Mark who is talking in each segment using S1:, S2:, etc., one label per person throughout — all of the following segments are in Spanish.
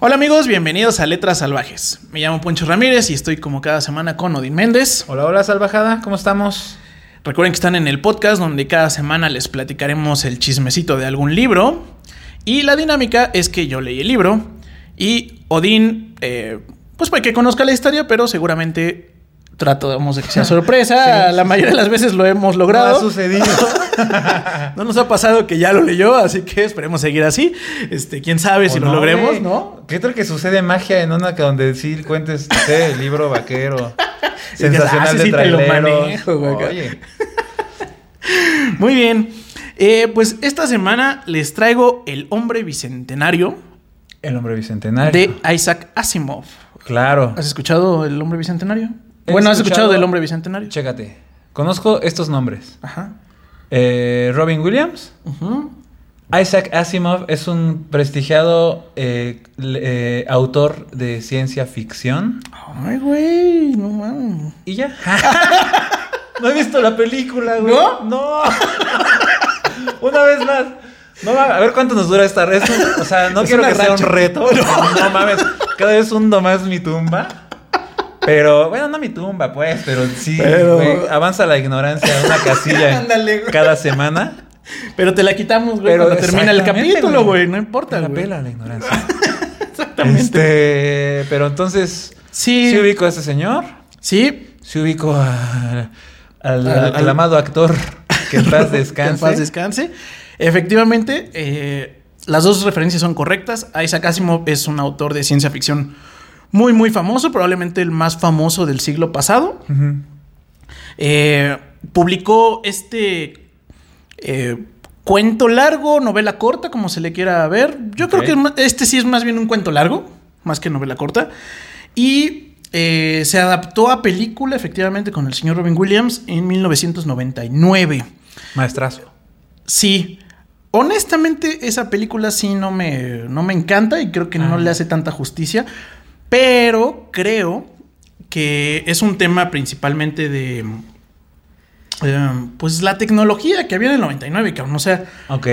S1: Hola amigos, bienvenidos a Letras Salvajes. Me llamo Poncho Ramírez y estoy como cada semana con Odín Méndez.
S2: Hola, hola, salvajada, ¿cómo estamos?
S1: Recuerden que están en el podcast donde cada semana les platicaremos el chismecito de algún libro. Y la dinámica es que yo leí el libro y Odín, eh, pues para que conozca la historia, pero seguramente tratamos de que sea sorpresa.
S2: Sí,
S1: la mayoría de las veces lo hemos logrado.
S2: No ha sucedido.
S1: No nos ha pasado que ya lo leyó, así que esperemos seguir así. Este, quién sabe si
S2: O
S1: lo
S2: no,
S1: logremos,
S2: güey.
S1: ¿no?
S2: ¿Qué tal que sucede magia en una que donde sí cuentes no sé, el libro vaquero?
S1: ah,
S2: sensacional
S1: ese
S2: de
S1: sí te lo
S2: traileros.
S1: manejo, güey, acá.
S2: Oye,
S1: Muy bien. Eh, pues esta semana les traigo El hombre bicentenario
S2: el hombre bicentenario.
S1: de Isaac Asimov.
S2: Claro.
S1: ¿Has escuchado El hombre bicentenario?
S2: He
S1: bueno, ¿has escuchado
S2: escuchado-
S1: del hombre bicentenario?
S2: Chécate. Conozco estos nombres.
S1: Ajá.
S2: Eh, Robin Williams.
S1: Ujú.
S2: Isaac Asimov es un prestigiado eh, le- eh, autor de ciencia ficción.
S1: Ay, güey, no mames.
S2: Y ya. no he visto la película, güey.
S1: ¿No?
S2: No. Una vez más. No mames, a ver cuánto nos dura esta red. O sea, no
S1: Es
S2: quiero
S1: una
S2: que sea un
S1: racha.
S2: reto. No. mames. Cada vez hundo más mi tumba. Pero, bueno, no mi tumba, pues, pero sí,
S1: Pero-
S2: güey, avanza la ignorancia una casilla
S1: Ándale, güey.
S2: cada semana.
S1: Pero te la quitamos, güey,
S2: Pero
S1: cuando termina el
S2: exactamente,
S1: capítulo, güey.
S2: güey.
S1: No importa,
S2: La
S1: güey.
S2: pela la ignorancia.
S1: Exactamente.
S2: Este, pero entonces,
S1: Sí.
S2: sí ubico a este señor.
S1: Sí.
S2: Sí ubico a- al
S1: Al- al-
S2: aclamado actor que en paz
S1: Que en
S2: descanse.
S1: paz descanse. Efectivamente, eh, las dos referencias son correctas. Isaac Asimov es un autor de ciencia ficción muy, muy famoso, probablemente el más famoso del siglo pasado.
S2: Ujú.
S1: Eh, publicó este eh, cuento largo, novela corta, como se le quiera ver. Yo creo
S2: Ok.
S1: que es ma- este sí es más bien un cuento largo, más que novela corta. Y eh, se adaptó a película, efectivamente, con el señor Robin Williams en 1999.
S2: Maestrazo.
S1: Sí. Honestamente, esa película sí no me, no me encanta y creo que no
S2: Ah.
S1: le hace tanta justicia. Pero creo que es un tema principalmente de. em, pues la tecnología que había en el 99, cabrón. O sea,
S2: Ok.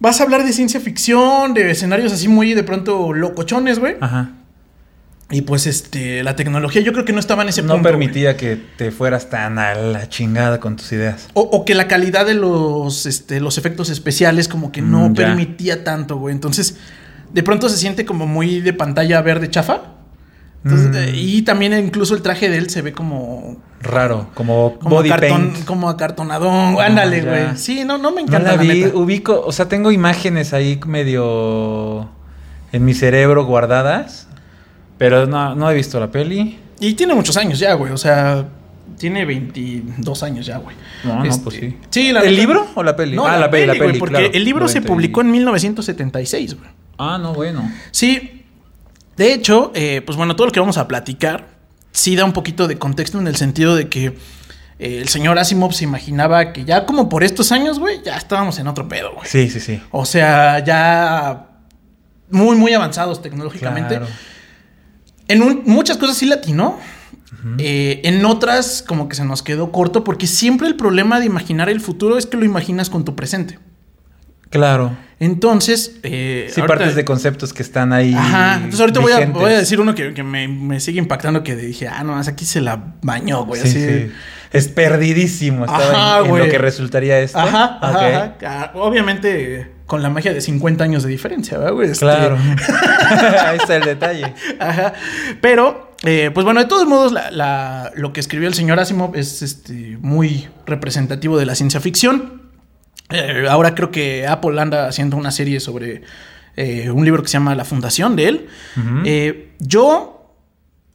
S1: vas a hablar de ciencia ficción, de escenarios así muy de pronto locochones, güey.
S2: Ajá.
S1: Y pues este, la tecnología yo creo que no estaba en ese
S2: No
S1: punto, güey.
S2: permitía que te fueras tan a la chingada con tus ideas.
S1: O, o que la calidad de los, este, los efectos especiales como que no
S2: Mm, ya.
S1: permitía tanto, güey. Entonces, de pronto se siente como muy de pantalla verde chafa. Entonces,
S2: Mm.
S1: eh, y también incluso el traje de él se ve como...
S2: Raro, como,
S1: Como,
S2: body
S1: cartón-
S2: paint.
S1: como acartonadón.
S2: Ah,
S1: Ándale,
S2: ya.
S1: güey. Sí, no, no me
S2: No
S1: encanta
S2: la
S1: la,
S2: vi, Uh.
S1: neta.
S2: ubico, o sea, tengo imágenes ahí medio en mi cerebro guardadas, pero no, no he visto la peli.
S1: Y tiene muchos años ya, güey. O sea, tiene 22 años ya, güey.
S2: No, no,
S1: Este,
S2: pues sí.
S1: Sí, la
S2: ¿El
S1: neta-
S2: libro o la peli?
S1: No,
S2: ah, la, peli, la peli.
S1: güey, porque
S2: claro.
S1: el libro se
S2: 90 y-
S1: publicó en 1976, güey.
S2: Ah, no, bueno.
S1: Sí. De hecho, eh, pues bueno, todo lo que vamos a platicar sí da un poquito de contexto en el sentido de que eh, el señor Asimov se imaginaba que ya como por estos años, güey, ya estábamos en otro pedo, güey.
S2: Sí, sí, sí.
S1: O sea, ya muy, muy avanzados tecnológicamente.
S2: Claro.
S1: En un- muchas cosas sí latinó. Eh, en otras como que se nos quedó corto porque siempre el problema de imaginar el futuro es que lo imaginas con tu presente.
S2: Claro.
S1: Entonces, eh,
S2: Sí,
S1: ahorita-
S2: partes de conceptos que están ahí.
S1: Ajá. Entonces ahorita voy a,
S2: vigentes.
S1: voy a decir uno que, que me, me sigue impactando que dije, ah, no, más aquí se la bañó, güey.
S2: Sí,
S1: así.
S2: sí. Es perdidísimo. Estaba
S1: Ajá,
S2: en- en,
S1: güey.
S2: lo que resultaría esto.
S1: ¿Este? Ajá, ajá,
S2: Ok.
S1: ajá. Ah, Obviamente eh, con la magia de 50 años de diferencia, ¿verdad, güey? Este,
S2: Claro. ahí está el detalle.
S1: Ajá. Pero, eh, pues bueno, de todos modos, la- la- lo que escribió el señor Asimov es este, muy representativo de la ciencia ficción. Eh, ahora creo que Apple anda haciendo una serie sobre eh, un libro que se llama La Fundación de él.
S2: Ujú.
S1: Eh, yo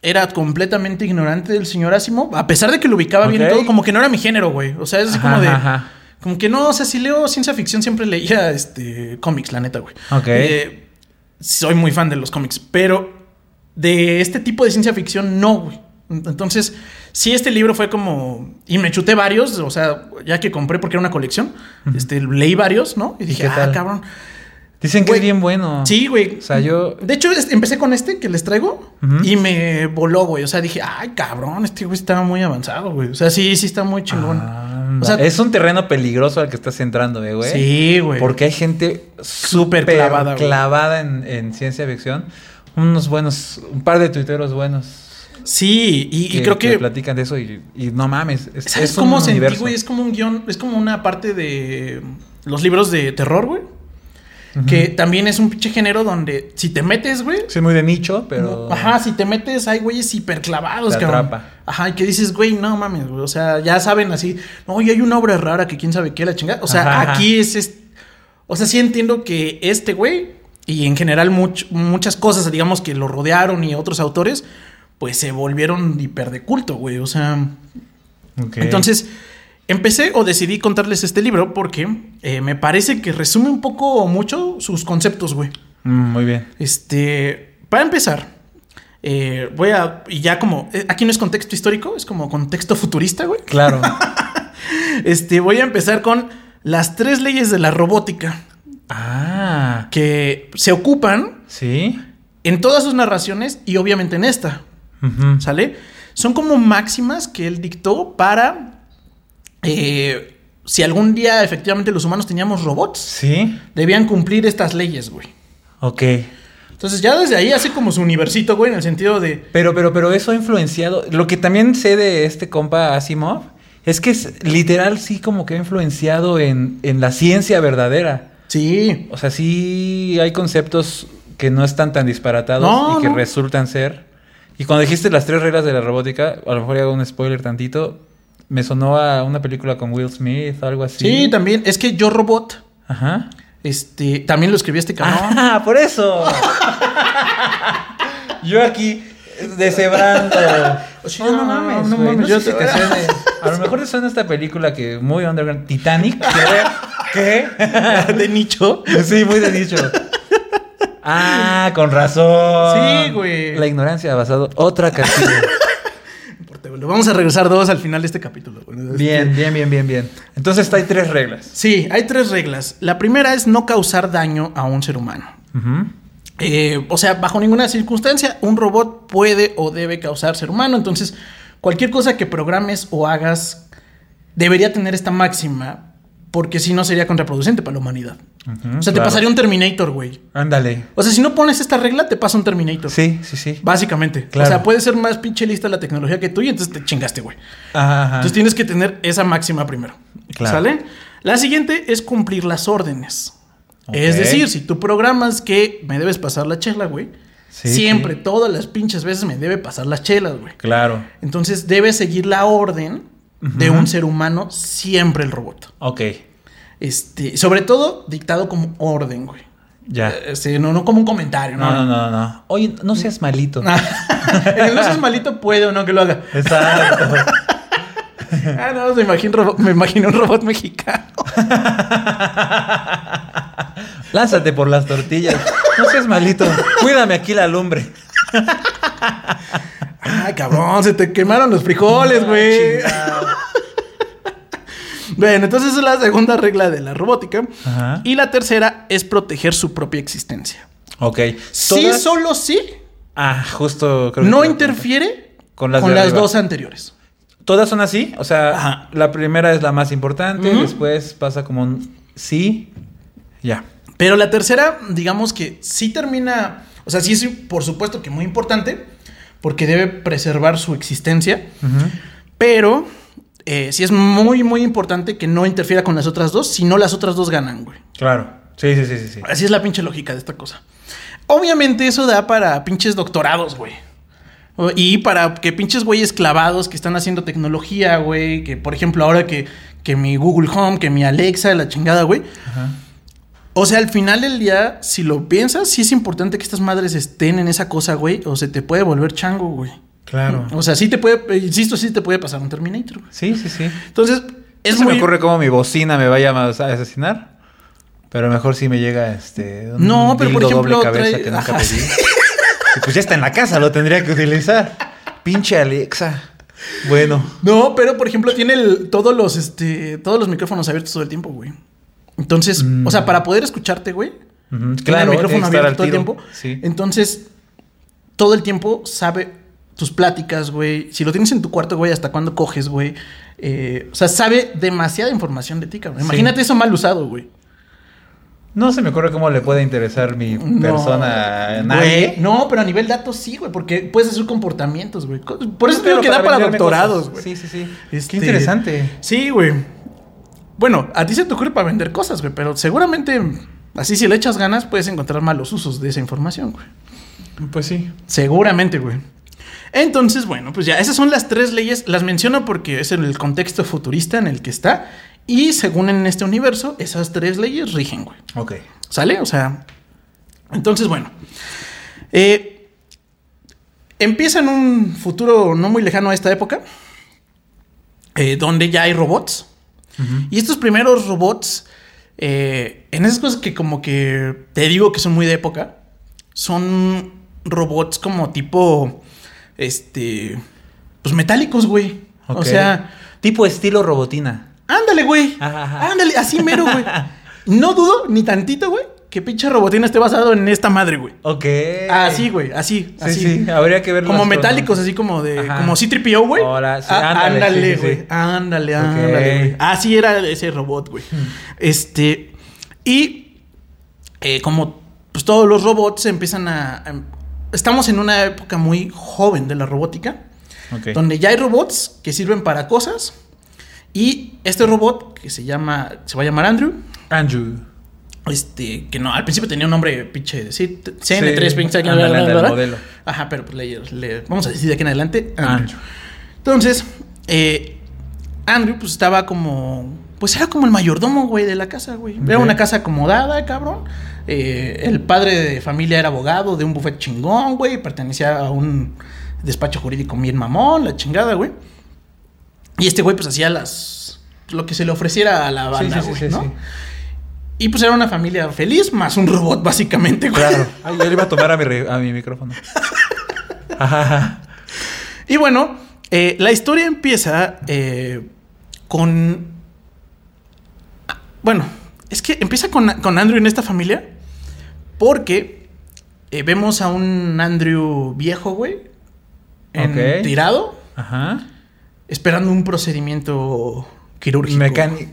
S1: era completamente ignorante del señor Asimov, a pesar de que lo ubicaba bien y
S2: Ok.
S1: todo, como que no era mi género, güey. O sea, es así
S2: Ajá,
S1: como de.
S2: ajá,
S1: Como que no, o sea, si leo ciencia ficción siempre leía este cómics, la neta, güey.
S2: Ok.
S1: Eh, soy muy fan de los cómics, pero de este tipo de ciencia ficción no, güey. Entonces, sí, este libro fue como. Y me chuté varios, o sea, ya que compré porque era una colección, este, leí varios, ¿no? Y dije,
S2: qué
S1: ah,
S2: tal?
S1: cabrón.
S2: Dicen que
S1: Güey.
S2: es bien bueno.
S1: Sí, güey.
S2: Ah. O sea, yo.
S1: De hecho, es- empecé con este que les traigo
S2: Ujú.
S1: y me voló, güey. O sea, dije, ay, cabrón, este güey está muy avanzado, güey. O sea, sí, sí está muy chingón.
S2: Anda.
S1: O sea-
S2: Ah, es un terreno peligroso al que estás entrando, eh, güey.
S1: sí, güey.
S2: Porque hay gente
S1: Súper
S2: súper
S1: clavada,
S2: clavada,
S1: güey.
S2: en, en ciencia ficción. unos buenos, un par de tuiteros buenos.
S1: Sí, y, y creo que.
S2: platican de eso y, y no mames. Es,
S1: ¿Sabes
S2: es un
S1: cómo sentí,
S2: universo.
S1: güey? Es como un guión, es como una parte de los libros de terror, güey.
S2: Ujú.
S1: Que también es un pinche género donde si te metes, güey.
S2: Sí, muy de nicho, pero.
S1: Ajá, si te metes, hay güeyes hiperclavados,
S2: Te
S1: cabrón.
S2: atrapa.
S1: Ajá, y que dices, güey, no mames, güey. O sea, ya saben así. No, y hay una obra rara que quién sabe qué, la chingada. O sea,
S2: Ajá, ajá.
S1: aquí es, es- O sea, sí entiendo que este güey y en general much- muchas cosas, digamos, que lo rodearon y otros autores, pues se volvieron hiper de culto, güey. O sea.
S2: Ok.
S1: Entonces, empecé o decidí contarles este libro porque eh, me parece que resume un poco o mucho sus conceptos, güey.
S2: Mm, muy bien.
S1: Este, para empezar, eh, voy a, y ya como, eh, aquí no es contexto histórico, es como contexto futurista, güey.
S2: Claro.
S1: Este, voy a empezar con las tres leyes de la robótica
S2: ah.
S1: que se ocupan
S2: Sí.
S1: en todas sus narraciones y obviamente en esta,
S2: Ujú.
S1: ¿sale? Son como máximas que él dictó para eh, si algún día efectivamente los humanos teníamos robots,
S2: Sí.
S1: debían cumplir estas leyes, güey.
S2: Ok.
S1: Entonces ya desde ahí hace como su universito, güey, en el sentido de...
S2: Pero, pero, pero eso ha influenciado. Lo que también sé de este compa Asimov es que es literal, sí, como que ha influenciado en, en la ciencia verdadera.
S1: Sí,
S2: O sea, sí hay conceptos que no están tan disparatados
S1: No,
S2: y que
S1: no.
S2: resultan ser. Y cuando dijiste las tres reglas de la robótica, a lo mejor hago un spoiler tantito. Me sonó a una película con Will Smith o algo así.
S1: sí, también. Es que Yo Robot,
S2: Ajá.
S1: este, también lo escribió este cabrón.
S2: Ah, por eso. Yo aquí deshebrando.
S1: Sí, no mames, güey, no
S2: yo
S1: sé
S2: te
S1: si te
S2: suene. A lo mejor te suena esta película que muy underground, Titanic. ¿Qué? Ah.
S1: de nicho.
S2: ¿Qué? sí, muy de dicho. Ah, con razón.
S1: Sí, güey.
S2: La ignorancia basado otra casilla.
S1: Lo vamos a regresar dos al final de este capítulo. güey.
S2: Bien, bien, bien, bien, bien. Entonces hay tres reglas.
S1: Sí, hay tres reglas. La primera es no causar daño a un ser humano.
S2: Ujú.
S1: Eh, o sea, bajo ninguna circunstancia, un robot puede o debe causar ser humano. Entonces, cualquier cosa que programes o hagas debería tener esta máxima, porque si no sería contraproducente para la humanidad.
S2: Ujú,
S1: O sea, te
S2: claro.
S1: pasaría un Terminator, güey.
S2: Ándale.
S1: O sea, si no pones esta regla, te pasa un Terminator.
S2: Sí, sí, sí.
S1: Básicamente.
S2: Claro.
S1: O sea, puede ser más pinche lista la tecnología que tú y entonces te chingaste, güey.
S2: Ajá, ajá.
S1: Entonces tienes que tener esa máxima primero.
S2: Ah. Claro.
S1: ¿Sale? La siguiente es cumplir las órdenes.
S2: Ok.
S1: Es decir, si tú programas que me debes pasar la chela, güey.
S2: Sí,
S1: siempre,
S2: sí.
S1: todas las pinches veces me debe pasar las chelas, güey.
S2: Claro.
S1: Entonces debes seguir la orden de
S2: Ujú.
S1: un ser humano, siempre el robot.
S2: Ok.
S1: Este, sobre todo dictado como orden, güey.
S2: Ya.
S1: Este, no, no como un comentario,
S2: No, no, no, no. Oye, no seas malito.
S1: Ah. El que no seas malito puede o no que lo haga.
S2: Exacto.
S1: Ah, no, me imagino, robo- me imagino un robot mexicano.
S2: Lánzate por las tortillas. No seas malito. Cuídame aquí la lumbre.
S1: Ay, Ah, cabrón, se te quemaron los frijoles, güey.
S2: Ah, Chingado.
S1: Bueno, entonces esa es la segunda regla de la robótica.
S2: Ajá.
S1: Y la tercera es proteger su propia existencia.
S2: Ok.
S1: Sí,
S2: Todas-
S1: solo sí,
S2: Ah, justo creo que-
S1: no interfiere con
S2: Con las
S1: las,
S2: de arriba.
S1: dos anteriores.
S2: Todas son así. O sea,
S1: Ajá.
S2: la primera es la más importante.
S1: Ujú.
S2: Después pasa como un sí. Ya.
S1: Pero la tercera, digamos que sí termina, o sea, sí es por supuesto que muy importante, porque debe preservar su existencia,
S2: Ujú.
S1: pero eh, sí es muy, muy importante que no interfiera con las otras dos, si no las otras dos ganan, güey.
S2: Claro. Sí, sí, sí, sí, sí.
S1: Así es la pinche lógica de esta cosa. Obviamente eso da para pinches doctorados, güey. O- Y para que pinches güeyes clavados que están haciendo tecnología, güey. Que por ejemplo ahora que, que mi Google Home, que mi Alexa, la chingada, güey.
S2: Ajá.
S1: O sea, al final del día, si lo piensas, sí es importante que estas madres estén en esa cosa, güey. O se te puede volver chango, güey.
S2: Claro.
S1: O sea, sí te puede, eh, insisto, sí te puede pasar un Terminator, güey.
S2: Sí, sí, sí.
S1: Entonces, es
S2: Es se
S1: muy...
S2: me ocurre cómo mi bocina me vaya a asesinar. Pero mejor sí me llega este. un
S1: No, pero por
S2: dildo
S1: ejemplo,
S2: doble cabeza
S1: trae-
S2: que nunca
S1: Ajá,
S2: pedí.
S1: sí.
S2: Y pues ya está en la casa, lo tendría que utilizar. Pinche Alexa. Bueno.
S1: No, pero por ejemplo tiene el- todos los este todos los micrófonos abiertos todo el tiempo, güey. Entonces,
S2: Mm.
S1: o sea, para poder escucharte, güey,
S2: Ujú,
S1: tiene el
S2: tiene que
S1: micrófono
S2: estar
S1: abierto
S2: al
S1: todo el
S2: tiro.
S1: tiempo.
S2: Sí.
S1: Entonces, todo el tiempo sabe tus pláticas, güey. Si lo tienes en tu cuarto, güey, hasta cuándo coges, güey. Eh, o sea, sabe demasiada información de ti, cabrón.
S2: Sí.
S1: Imagínate eso mal usado, güey.
S2: No se me ocurre cómo le puede interesar mi persona a nadie.
S1: Güey, no, pero a nivel datos sí, güey, porque puedes hacer comportamientos, güey. Co- Por eso creo que da para
S2: venderme
S1: doctorados,
S2: cosas.
S1: güey.
S2: Sí, sí, sí.
S1: Este-
S2: Qué interesante.
S1: Sí, güey. Bueno, a ti se te ocurre para vender cosas, güey, pero seguramente así si le echas ganas puedes encontrar malos usos de esa información, güey.
S2: Pues sí.
S1: Seguramente, güey. Entonces, bueno, pues ya, esas son las tres leyes. Las menciono porque es el contexto futurista en el que está. Y según en este universo, esas tres leyes rigen, güey.
S2: Ok.
S1: ¿Sale? O sea. Entonces, bueno. eh, empieza en un futuro no muy lejano a esta época. eh, donde ya hay robots. Y estos primeros robots. eh, en esas cosas que como que te digo que son muy de época. Son robots como tipo. Este. Pues metálicos, güey. O
S2: Ok.
S1: sea.
S2: tipo estilo robotina.
S1: Ándale, güey.
S2: Ajá, ajá.
S1: Ándale, así mero, güey. No dudo ni tantito, güey, que pinche robotina esté basado en esta madre, güey.
S2: Ok.
S1: Así, Ah, güey, así,
S2: Eh. Sí,
S1: así.
S2: sí, habría que verlo.
S1: Como metálicos, así como de.
S2: Ajá.
S1: Como C3PO, güey.
S2: Ahora, sí,
S1: Ah,
S2: ándale,
S1: ándale,
S2: sí, sí,
S1: güey.
S2: sí.
S1: Ándale,
S2: Ok. Hmm.
S1: ándale, güey. Así era ese robot, güey. Este. Y. eh, como pues, todos los robots empiezan a. a- Estamos en una época muy joven de la robótica donde ya hay robots que sirven para cosas y este robot que se llama se va a llamar Andrew
S2: Andrew.
S1: este que no al principio tenía un nombre pinche sí, t- CN3
S2: Sí,
S1: pinche
S2: ándale,
S1: bla, bla,
S2: ándale,
S1: bla, bla.
S2: modelo. Ah.
S1: ajá pero pues le, le- vamos a decir de aquí en adelante Andrew.
S2: Andrew.
S1: entonces eh, Andrew pues estaba como pues era como el mayordomo güey de la casa güey era
S2: Ok.
S1: una casa acomodada cabrón Eh, el padre de familia era abogado de un buffet chingón güey pertenecía a un despacho jurídico bien mamón la chingada güey y este güey pues hacía las lo que se le ofreciera a la
S2: Sí,
S1: banda,
S2: sí, sí,
S1: Ah, güey,
S2: sí,
S1: ¿no?
S2: sí.
S1: Y pues era una familia feliz más un robot, básicamente, güey.
S2: Claro. Ay, yo le iba a tomar a mi, re- a mi micrófono. Ajá.
S1: Y bueno, eh, la historia empieza eh, con. Ah, Bueno, es que empieza con, con Andrew en esta familia porque eh, vemos a un Andrew viejo, güey, en-
S2: Ok.
S1: tirado,
S2: Ajá.
S1: esperando un procedimiento quirúrgico.
S2: Mecánico.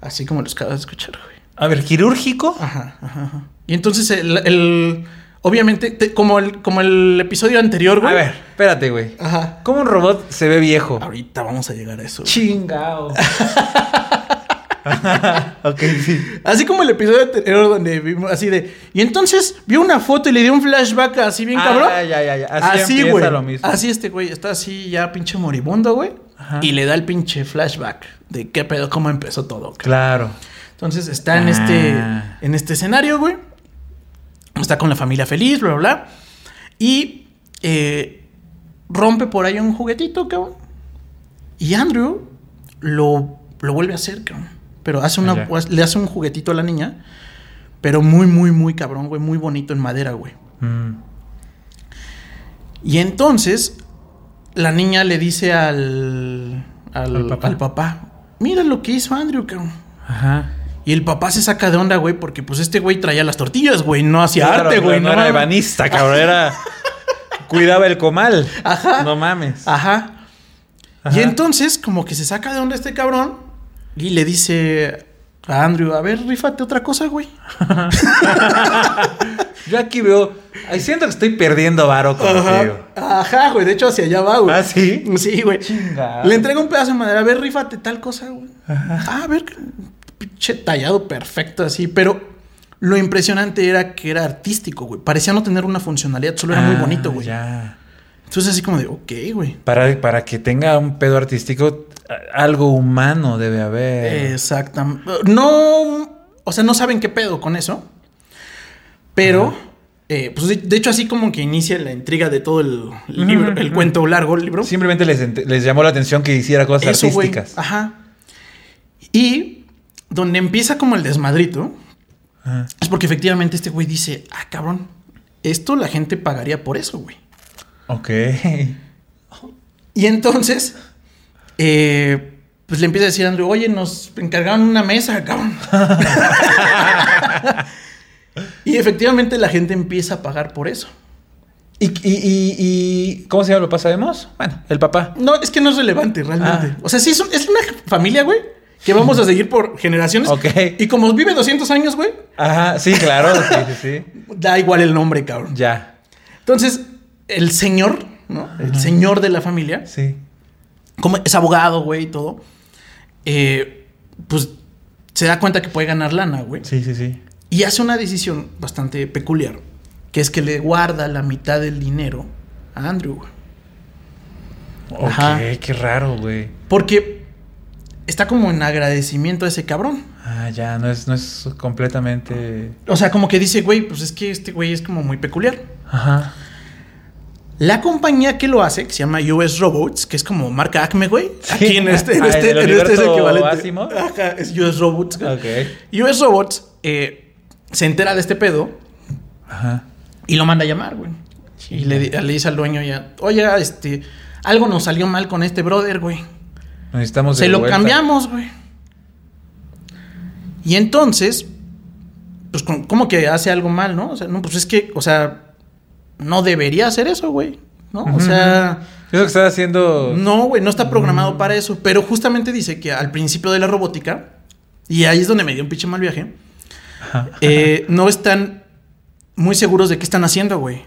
S1: Así como los acabas de escuchar, güey.
S2: A ver, quirúrgico.
S1: Ajá, ajá, ajá. Y entonces el, el- obviamente, te- como, el, como el episodio anterior,
S2: A
S1: güey.
S2: ver, espérate, güey.
S1: Ajá.
S2: ¿Cómo un robot se ve viejo?
S1: Ahorita vamos a llegar a eso. güey.
S2: Chingao. ok, sí.
S1: Así como el episodio anterior donde vimos así de... Y entonces vio una foto y le dio un flashback así bien
S2: Ah,
S1: cabrón.
S2: ya, ya, ya. Así empieza
S1: güey.
S2: lo mismo.
S1: Así este güey está así ya pinche moribundo, güey.
S2: Ajá.
S1: Y le da el pinche flashback de qué pedo, cómo empezó todo. cabrón.
S2: Claro.
S1: Entonces está en
S2: Ah.
S1: este en este escenario, güey. Está con la familia feliz, bla, bla, bla. Y eh, rompe por ahí un juguetito, cabrón. Y Andrew lo, lo vuelve a hacer, cabrón. Pero hace una,
S2: Ah,
S1: le hace un juguetito a la niña. Pero muy, muy, muy cabrón, güey. Muy bonito en madera, güey.
S2: Mm.
S1: Y entonces la niña le dice al, al,
S2: Al papá.
S1: al papá, mira lo que hizo Andrew, cabrón.
S2: Ajá.
S1: Y el papá se saca de onda, güey, porque pues este güey traía las tortillas, güey, no hacía
S2: Claro,
S1: arte,
S2: claro,
S1: güey.
S2: No, era
S1: mames.
S2: ebanista, cabrón. Era. Cuidaba el comal.
S1: Ajá.
S2: No mames.
S1: Ajá.
S2: Ajá.
S1: Y entonces, como que se saca de onda este cabrón y le dice a Andrew, a ver, rífate otra cosa, güey.
S2: Yo aquí veo. Ay, siento que estoy perdiendo varo contigo.
S1: Ajá, güey, de hecho hacia allá va, güey.
S2: ¿Ah, sí?
S1: Sí, güey.
S2: Chingado.
S1: Le entrega un pedazo de madera, a ver, rífate tal cosa, güey. Ah, a ver, pinche tallado perfecto así, pero... Lo impresionante era que era artístico, güey. Parecía no tener una funcionalidad, solo era muy
S2: Ah,
S1: bonito, güey.
S2: Ya.
S1: Entonces así como de, ok, güey.
S2: Para, para que tenga un pedo artístico, a- algo humano debe haber.
S1: Exactamente. No, o sea, no saben qué pedo con eso. Pero, eh, pues de, de hecho, así como que inicia la intriga de todo el libro, el cuento largo, el libro.
S2: Simplemente les, ent- les llamó la atención que hiciera cosas
S1: Eso, güey. Ah.
S2: artísticas.
S1: Ajá. Y donde empieza como el desmadrito
S2: Ajá.
S1: es porque efectivamente este güey dice, ah, cabrón, esto la gente pagaría por eso, güey.
S2: Ok.
S1: Y entonces, eh, pues le empieza a decir a Andrew, oye, nos encargaron una mesa, cabrón. y efectivamente la gente empieza a pagar por eso.
S2: ¿Y, y, y, y- cómo se llama el papá? ¿Sabemos? Bueno, el papá.
S1: No, es que no es relevante realmente.
S2: Ah.
S1: O sea, sí, es, un- es una familia, güey, que vamos a seguir por generaciones.
S2: Ok.
S1: Y como vive 200 años, güey,
S2: Ajá, sí, claro. Sí, sí, sí.
S1: da igual el nombre, cabrón.
S2: Ya.
S1: Entonces, el señor, ¿no? El señor de la familia,
S2: Sí.
S1: como es abogado, güey, y todo, eh, pues se da cuenta que puede ganar lana, güey.
S2: Sí, sí, sí.
S1: Y hace una decisión bastante peculiar, que es que le guarda la mitad del dinero a Andrew, güey.
S2: Ok,
S1: Ajá.
S2: qué raro, güey.
S1: Porque está como en agradecimiento a ese cabrón.
S2: Ah, ya, no es, no es completamente.
S1: O sea, como que dice, güey, pues es que este güey es como muy peculiar.
S2: Ajá.
S1: La compañía que lo hace, que se llama US Robots, que es como marca Acme, güey.
S2: Sí.
S1: Aquí en este, en
S2: Ah,
S1: este,
S2: ¿en el
S1: en este es
S2: universo
S1: equivalente.
S2: Asimov?
S1: Ajá, es US Robots, güey.
S2: Ok.
S1: US Robots eh, se entera de este pedo
S2: Ajá.
S1: y lo manda a llamar, güey. Y le, di- le dice al dueño ya, oye, este, algo nos salió mal con este brother, güey.
S2: Necesitamos. de
S1: Se lo
S2: vuelta.
S1: cambiamos, güey. Y entonces, pues como como que hace algo mal, ¿no? O sea, no, pues es que, o sea, no debería hacer eso, güey. ¿No? O
S2: Ujú.
S1: sea...
S2: Eso que estás haciendo.
S1: No, güey, no está programado para eso. Pero justamente dice que al principio de la robótica, y ahí es donde me dio un pinche mal viaje,
S2: Ajá.
S1: eh, no están muy seguros de qué están haciendo, güey.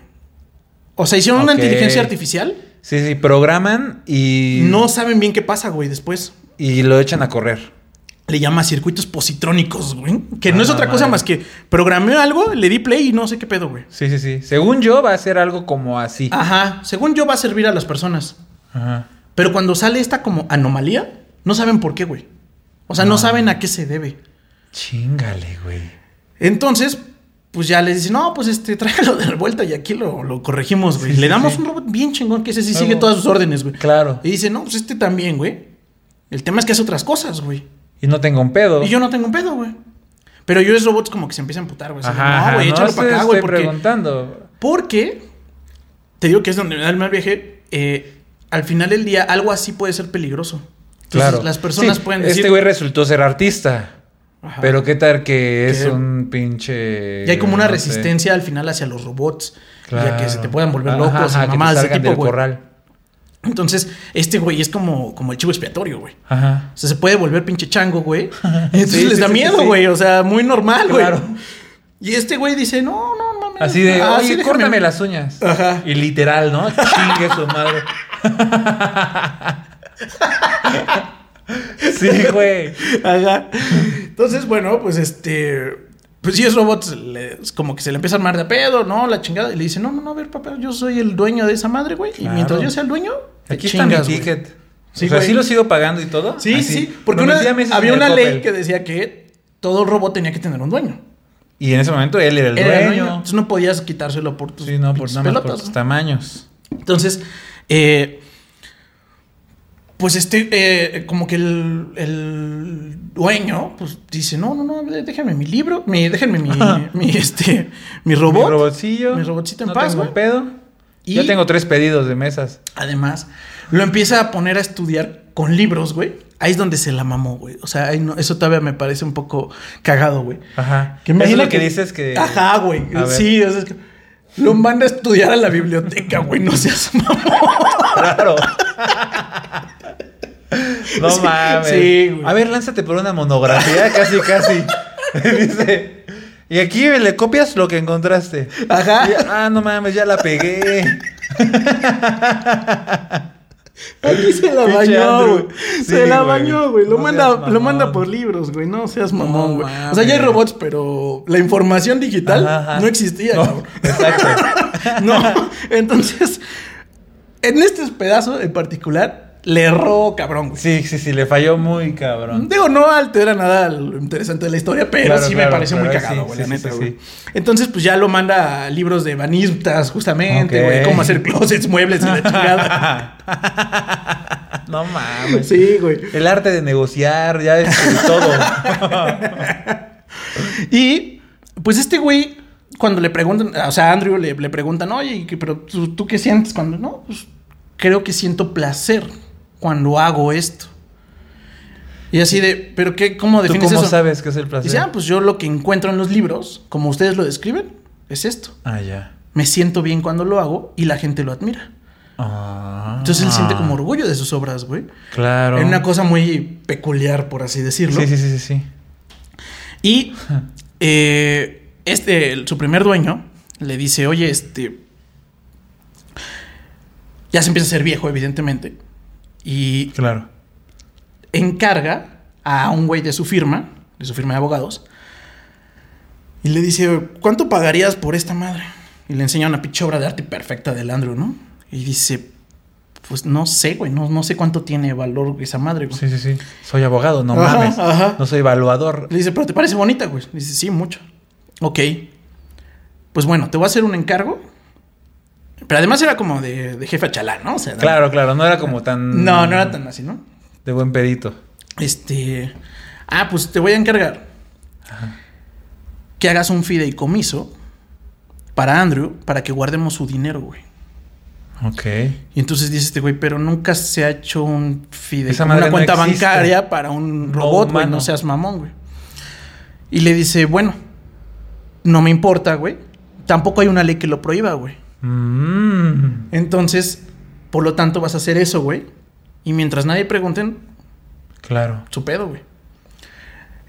S1: O sea, hicieron una
S2: Ok.
S1: inteligencia artificial,
S2: Sí, sí, programan y.
S1: no saben bien qué pasa, güey, después.
S2: Y lo echan a correr.
S1: Le llama circuitos positrónicos, güey. Que
S2: Ah,
S1: no es otra cosa
S2: madre.
S1: más que programé algo, le di play y no sé qué pedo, güey.
S2: Sí, sí, sí. Según yo, va a ser algo como así.
S1: Ajá, según yo va a servir a las personas.
S2: Ajá.
S1: Pero cuando sale esta como anomalía, no saben por qué, güey. O sea,
S2: Ah.
S1: no saben a qué se debe.
S2: Chingale, güey.
S1: Entonces, pues ya les dicen, no, pues este, tráigalo de vuelta y aquí lo, lo corregimos, güey.
S2: Sí,
S1: Le
S2: sí,
S1: damos
S2: sí.
S1: un robot bien chingón que ese sí
S2: Luego-
S1: sigue todas sus órdenes, güey.
S2: Claro.
S1: Y dice, no, pues este también, güey. El tema es que hace otras cosas, güey.
S2: Y no tengo un pedo.
S1: Y yo no tengo un pedo, güey. Pero yo es robots como que se empieza a emputar, güey. Así de,
S2: Ajá,
S1: pues, no, güey,
S2: no
S1: échalo
S2: sé,
S1: para acá, güey.
S2: Estoy
S1: Porque,
S2: preguntando.
S1: porque, te digo que es donde me da el mal viaje, eh, al final del día algo así puede ser peligroso. Entonces,
S2: claro.
S1: las personas
S2: Sí,
S1: pueden decir...
S2: Este güey resultó ser artista.
S1: Ajá.
S2: Pero qué tal que es
S1: Que-
S2: un pinche.
S1: Y hay como una
S2: no sé.
S1: resistencia al final hacia los robots. Ya que se te
S2: Claro.
S1: puedan volver
S2: Ajá,
S1: locos
S2: ajá,
S1: y
S2: que te
S1: mamadas de
S2: salgan
S1: tipo,
S2: del
S1: güey.
S2: corral.
S1: Entonces, este güey es como, como el chivo expiatorio, güey.
S2: Ajá.
S1: O sea, se puede volver pinche chango, güey. Entonces
S2: Sí,
S1: les
S2: sí,
S1: da
S2: sí,
S1: miedo,
S2: sí, sí.
S1: güey. O sea, muy normal, güey.
S2: Claro.
S1: Y este güey dice, no, no, mames.
S2: Así de,
S1: ah, sí,
S2: oye,
S1: déjame".
S2: córtame las uñas.
S1: Ajá.
S2: Y literal, ¿no? Chingue su madre. sí, güey.
S1: Ajá. Entonces, bueno, pues este... Pues sí, es robots, le- como que se le empieza a armar de pedo, ¿no? La chingada. Y le dice, no, no, no, a ver, papá, yo soy el dueño de esa madre, güey. Y
S2: Claro.
S1: mientras yo sea el dueño, te
S2: Aquí está
S1: chingas,
S2: mi
S1: güey".
S2: ticket.
S1: Sí,
S2: o sea,
S1: güey.
S2: sí lo sigo pagando y todo. Ah,
S1: Sí,
S2: Así.
S1: sí, porque
S2: Lo
S1: una-
S2: metí a meses
S1: había
S2: en el
S1: una ley
S2: Coppel.
S1: que decía que todo robot tenía que tener un dueño.
S2: Y en ese momento él era el
S1: Era el dueño.
S2: dueño.
S1: Entonces no podías quitárselo por tus
S2: Sí, no, por
S1: pinches
S2: nada más por
S1: pelotas.
S2: sus tamaños.
S1: Entonces, eh, pues este, eh, como que el, el dueño, pues dice, no, no, no, déjenme mi libro, mi, déjenme mi, mi, este, mi robot.
S2: Mi robotcillo.
S1: Mi robotcito en
S2: no
S1: paz,
S2: tengo
S1: güey.
S2: pedo.
S1: Y-
S2: Ya tengo tres pedidos de mesas.
S1: Además, lo empieza a poner a estudiar con libros, güey. Ahí es donde se la mamó, güey. O sea, ahí no- eso todavía me parece un poco cagado, güey.
S2: Ajá.
S1: Que
S2: Eso es
S1: imagina
S2: lo que, dices que.
S1: Ajá, güey.
S2: A ver.
S1: Sí, o sea, es que lo manda a estudiar a la biblioteca, güey. No seas mamón.
S2: Claro. No
S1: Sí,
S2: mames.
S1: sí, güey.
S2: A ver, lánzate por una monografía, casi, casi. Dice. Y aquí le copias lo que encontraste.
S1: Ajá.
S2: Y, ah, no mames, ya la pegué.
S1: Aquí se la
S2: Pinche
S1: bañó,
S2: Andrew.
S1: güey.
S2: Sí,
S1: se la
S2: güey.
S1: bañó, güey. Lo,
S2: No
S1: manda,
S2: seas mamón.
S1: lo manda por libros, güey. No seas mamón,
S2: No
S1: güey. o sea, ya hay
S2: mames.
S1: robots, pero la información digital
S2: Ajá, ajá.
S1: no existía,
S2: No,
S1: cabrón.
S2: Exacto.
S1: No, entonces, en este pedazo en particular, le erró, cabrón, güey.
S2: Sí, sí, sí, le falló muy cabrón.
S1: Digo, no altera nada lo interesante de la historia, pero
S2: Claro,
S1: sí me
S2: claro,
S1: parece muy
S2: claro,
S1: cagado,
S2: sí,
S1: güey,
S2: sí,
S1: la
S2: sí,
S1: neta,
S2: sí,
S1: güey. Entonces, pues ya lo manda a libros de banistas, justamente,
S2: Ok.
S1: güey, cómo hacer closets, muebles y la chingada.
S2: no mames.
S1: Sí, güey.
S2: El arte de negociar, ya es todo.
S1: Y, pues este güey, cuando le preguntan, o sea, a Andrew le, le preguntan, oye, ¿y qué- pero tú, tú qué sientes cuando, no, pues creo que siento placer cuando hago esto. Y así de, pero qué, ¿cómo
S2: ¿Tú
S1: defines
S2: cómo
S1: eso?
S2: sabes qué es el
S1: Y
S2: placer?
S1: dice, ah, pues yo lo que encuentro en los libros, como ustedes lo describen, es esto.
S2: Ah, ya.
S1: Me siento bien cuando lo hago y la gente lo admira.
S2: Ah.
S1: Entonces él siente como orgullo de sus obras, güey.
S2: Claro.
S1: Era una cosa muy peculiar, por así decirlo.
S2: Sí, sí, sí, sí, sí.
S1: Y eh, este, el- su primer dueño le dice, oye, este... Ya se empieza a ser viejo, evidentemente. Y
S2: Claro.
S1: encarga a un güey de su firma, de su firma de abogados, y le dice, ¿cuánto pagarías por esta madre? Y le enseña una pinche obra de arte perfecta del Andrew, ¿no? Y dice, pues no sé, güey, no, no sé cuánto tiene valor esa madre, güey.
S2: Sí, sí, sí. Soy abogado, no
S1: Ajá,
S2: mames.
S1: ajá.
S2: No soy evaluador.
S1: Le dice, pero te parece bonita, güey. Le dice, sí, mucho. Ok. Pues bueno, te voy a hacer un encargo. Pero además era como de, de jefe a chalán, ¿no? O sea,
S2: Claro, claro. No era como tan.
S1: No, no era tan así, ¿no?
S2: De buen pedito.
S1: Este. Ah, pues te voy a encargar que hagas un fideicomiso para Andrew para que guardemos su dinero, güey.
S2: Ok.
S1: Y entonces dice este güey, pero nunca se ha hecho un
S2: Esa
S1: fideicomiso,
S2: madre
S1: una
S2: no
S1: cuenta
S2: existe.
S1: bancaria para un
S2: No
S1: robot, güey, no
S2: humano.
S1: seas mamón, güey. Y le dice, bueno, no me importa, güey. Tampoco hay una ley que lo prohíba, güey.
S2: Mm.
S1: Entonces, por lo tanto, vas a hacer eso, güey. Y mientras nadie pregunten,
S2: Claro.
S1: su pedo, güey.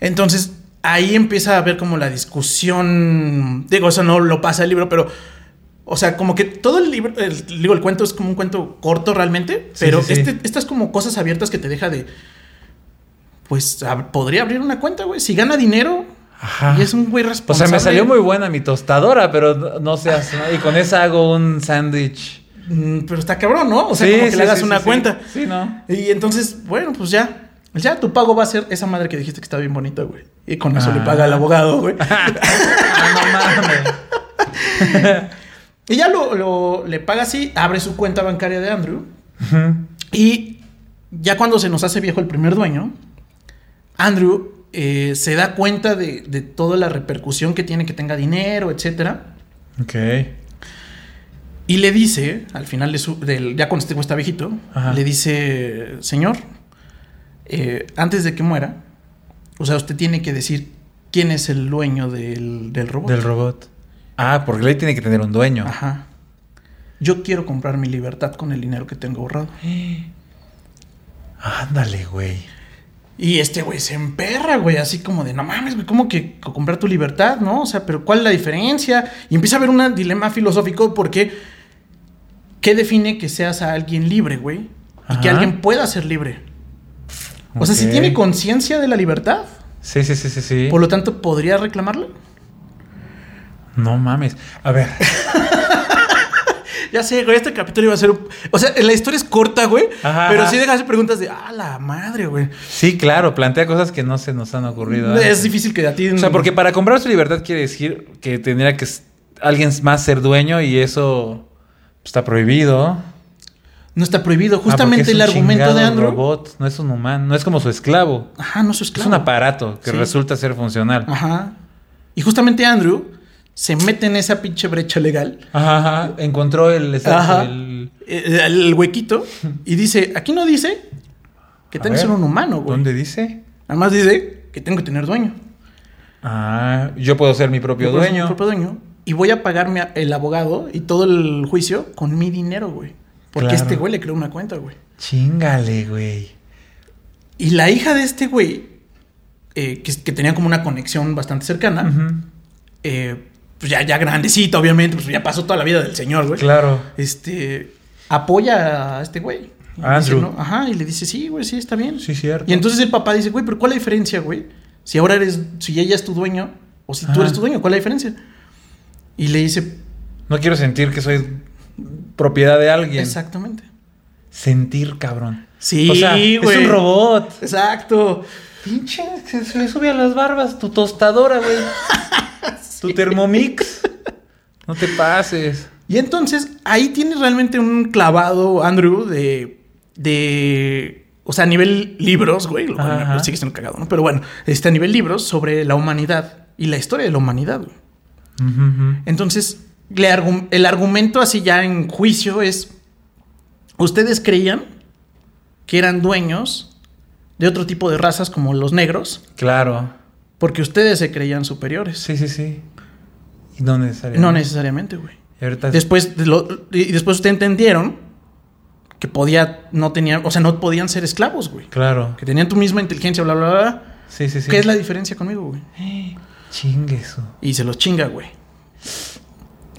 S1: Entonces, ahí empieza a haber como la discusión. Digo, eso no lo pasa el libro, pero. O sea, como que todo el libro, el, digo, el cuento es como un cuento corto realmente,
S2: Sí,
S1: pero
S2: sí, sí.
S1: este- estas como cosas abiertas que te deja de. Pues ab- podría abrir una cuenta, güey. Si gana dinero
S2: Ajá.
S1: y es un güey
S2: Ah. O sea,
S1: responsable.
S2: me salió muy buena mi tostadora, pero no- no seas. ¿no? Y con esa hago un sándwich.
S1: Mm, Pero está cabrón, ¿no? O sea,
S2: Sí,
S1: como que
S2: sí,
S1: le hagas
S2: sí, sí,
S1: una
S2: sí.
S1: cuenta.
S2: Sí, no.
S1: Y entonces, bueno, pues ya. Ya tu pago va a ser esa madre que dijiste que está bien bonita, güey. Y con eso le
S2: Ah.
S1: paga al abogado, güey.
S2: Ah, no mames.
S1: Y ya lo, lo- le paga así, abre su cuenta bancaria de Andrew.
S2: Ujú.
S1: Y ya cuando se nos hace viejo el primer dueño, Andrew eh, se da cuenta de, de toda la repercusión que tiene que tenga dinero, etcétera.
S2: Ok.
S1: Y le dice, al final de su, del, ya cuando este güey está viejito,
S2: Ajá.
S1: le dice, señor, eh, antes de que muera, o sea, usted tiene que decir quién es el dueño del, del robot.
S2: Del robot. Ah, porque ley tiene que tener un dueño.
S1: Ajá. Yo quiero comprar mi libertad con el dinero que tengo ahorrado.
S2: Ándale, güey.
S1: Y este güey se emperra, güey, así como de, no mames, güey, ¿cómo que co- comprar tu libertad, no? O sea, pero ¿cuál es la diferencia? Y empieza a haber un dilema filosófico porque ¿qué define que seas a alguien libre, güey? Y que
S2: Ajá.
S1: alguien pueda ser libre. O sea, si
S2: Ok.
S1: tiene conciencia de la libertad,
S2: Sí, sí, sí, sí, sí.
S1: por lo tanto, ¿podría reclamarla?
S2: No mames. A ver.
S1: Ya sé, güey, este capítulo iba a ser... un- O sea, la historia es corta, güey,
S2: Ajá,
S1: pero
S2: ajá.
S1: sí dejas preguntas de, ah, la madre, güey.
S2: Sí, claro, plantea cosas que no se nos han ocurrido.
S1: Es
S2: antes.
S1: difícil que a ti...
S2: O sea, porque para comprar su libertad quiere decir que tendría que s- alguien más ser dueño y eso pues, está prohibido. Ah,
S1: No está prohibido.
S2: porque
S1: Justamente
S2: es
S1: el
S2: un
S1: argumento de
S2: chingado
S1: Andrew...
S2: robot, no es un humano, no es como su esclavo.
S1: Ajá, no, eso es
S2: Es
S1: claro.
S2: un aparato que
S1: Sí.
S2: resulta ser funcional.
S1: Ajá. Y justamente Andrew se mete en esa pinche brecha legal,
S2: Ajá, ajá. Encontró el, exacto,
S1: Ajá.
S2: el-
S1: eh, el huequito, y dice, aquí no dice que
S2: A
S1: tengo que
S2: ver,
S1: ser un humano, güey.
S2: ¿Dónde dice?
S1: Nada más dice que tengo que tener dueño.
S2: Ah, yo puedo ser mi propio
S1: Yo puedo ser mi
S2: dueño.
S1: propio dueño. Y voy a pagarme a- el abogado y todo el juicio con mi dinero, güey. Porque
S2: Claro.
S1: este güey le creó una cuenta, güey.
S2: Chingale, güey.
S1: Y la hija de este güey, eh, que, que tenía como una conexión bastante cercana,
S2: Ujú.
S1: eh, pues ya, ya grandecita, obviamente, pues ya pasó toda la vida del señor, güey.
S2: Claro.
S1: este, apoya a este güey. Y
S2: A
S1: dice,
S2: Andrew.
S1: "No", Ajá, y le dice, sí, güey, sí, está bien.
S2: Ah, Sí, cierto.
S1: Y entonces el papá dice, güey, pero ¿cuál es la diferencia, güey? Si ahora eres, si ella es tu dueño, o si tú
S2: Ajá.
S1: eres tu dueño, ¿cuál es la diferencia? Y le dice,
S2: No quiero sentir que soy propiedad de alguien.
S1: exactamente.
S2: Sentir, cabrón.
S1: Sí,
S2: o sea, es
S1: güey.
S2: un robot.
S1: Exacto.
S2: Pinche, se, se sube a las barbas tu tostadora, güey. Tu Thermomix. No te pases.
S1: Y entonces ahí tienes realmente un clavado, Andrew, de. de o sea, a nivel libros, güey, lo cual
S2: Ajá.
S1: sigue siendo cagado, ¿no? Pero bueno, este, a nivel libros sobre la humanidad y la historia de la humanidad, güey.
S2: Ujú, ujú.
S1: Entonces, le argu- el argumento así ya en juicio es, ustedes creían que eran dueños de otro tipo de razas como los negros,
S2: Claro.
S1: porque ustedes se creían superiores.
S2: Sí, sí, sí. Y no necesariamente.
S1: No necesariamente, güey.
S2: Y ahorita
S1: Después, de lo- y después ustedes entendieron que podía, no tenía, o sea, no podían ser esclavos, güey.
S2: Claro.
S1: Que tenían tu misma inteligencia, bla, bla, bla. bla.
S2: Sí, sí, sí.
S1: ¿Qué es la diferencia conmigo, güey?
S2: Chingue su.
S1: Y se los chinga, güey.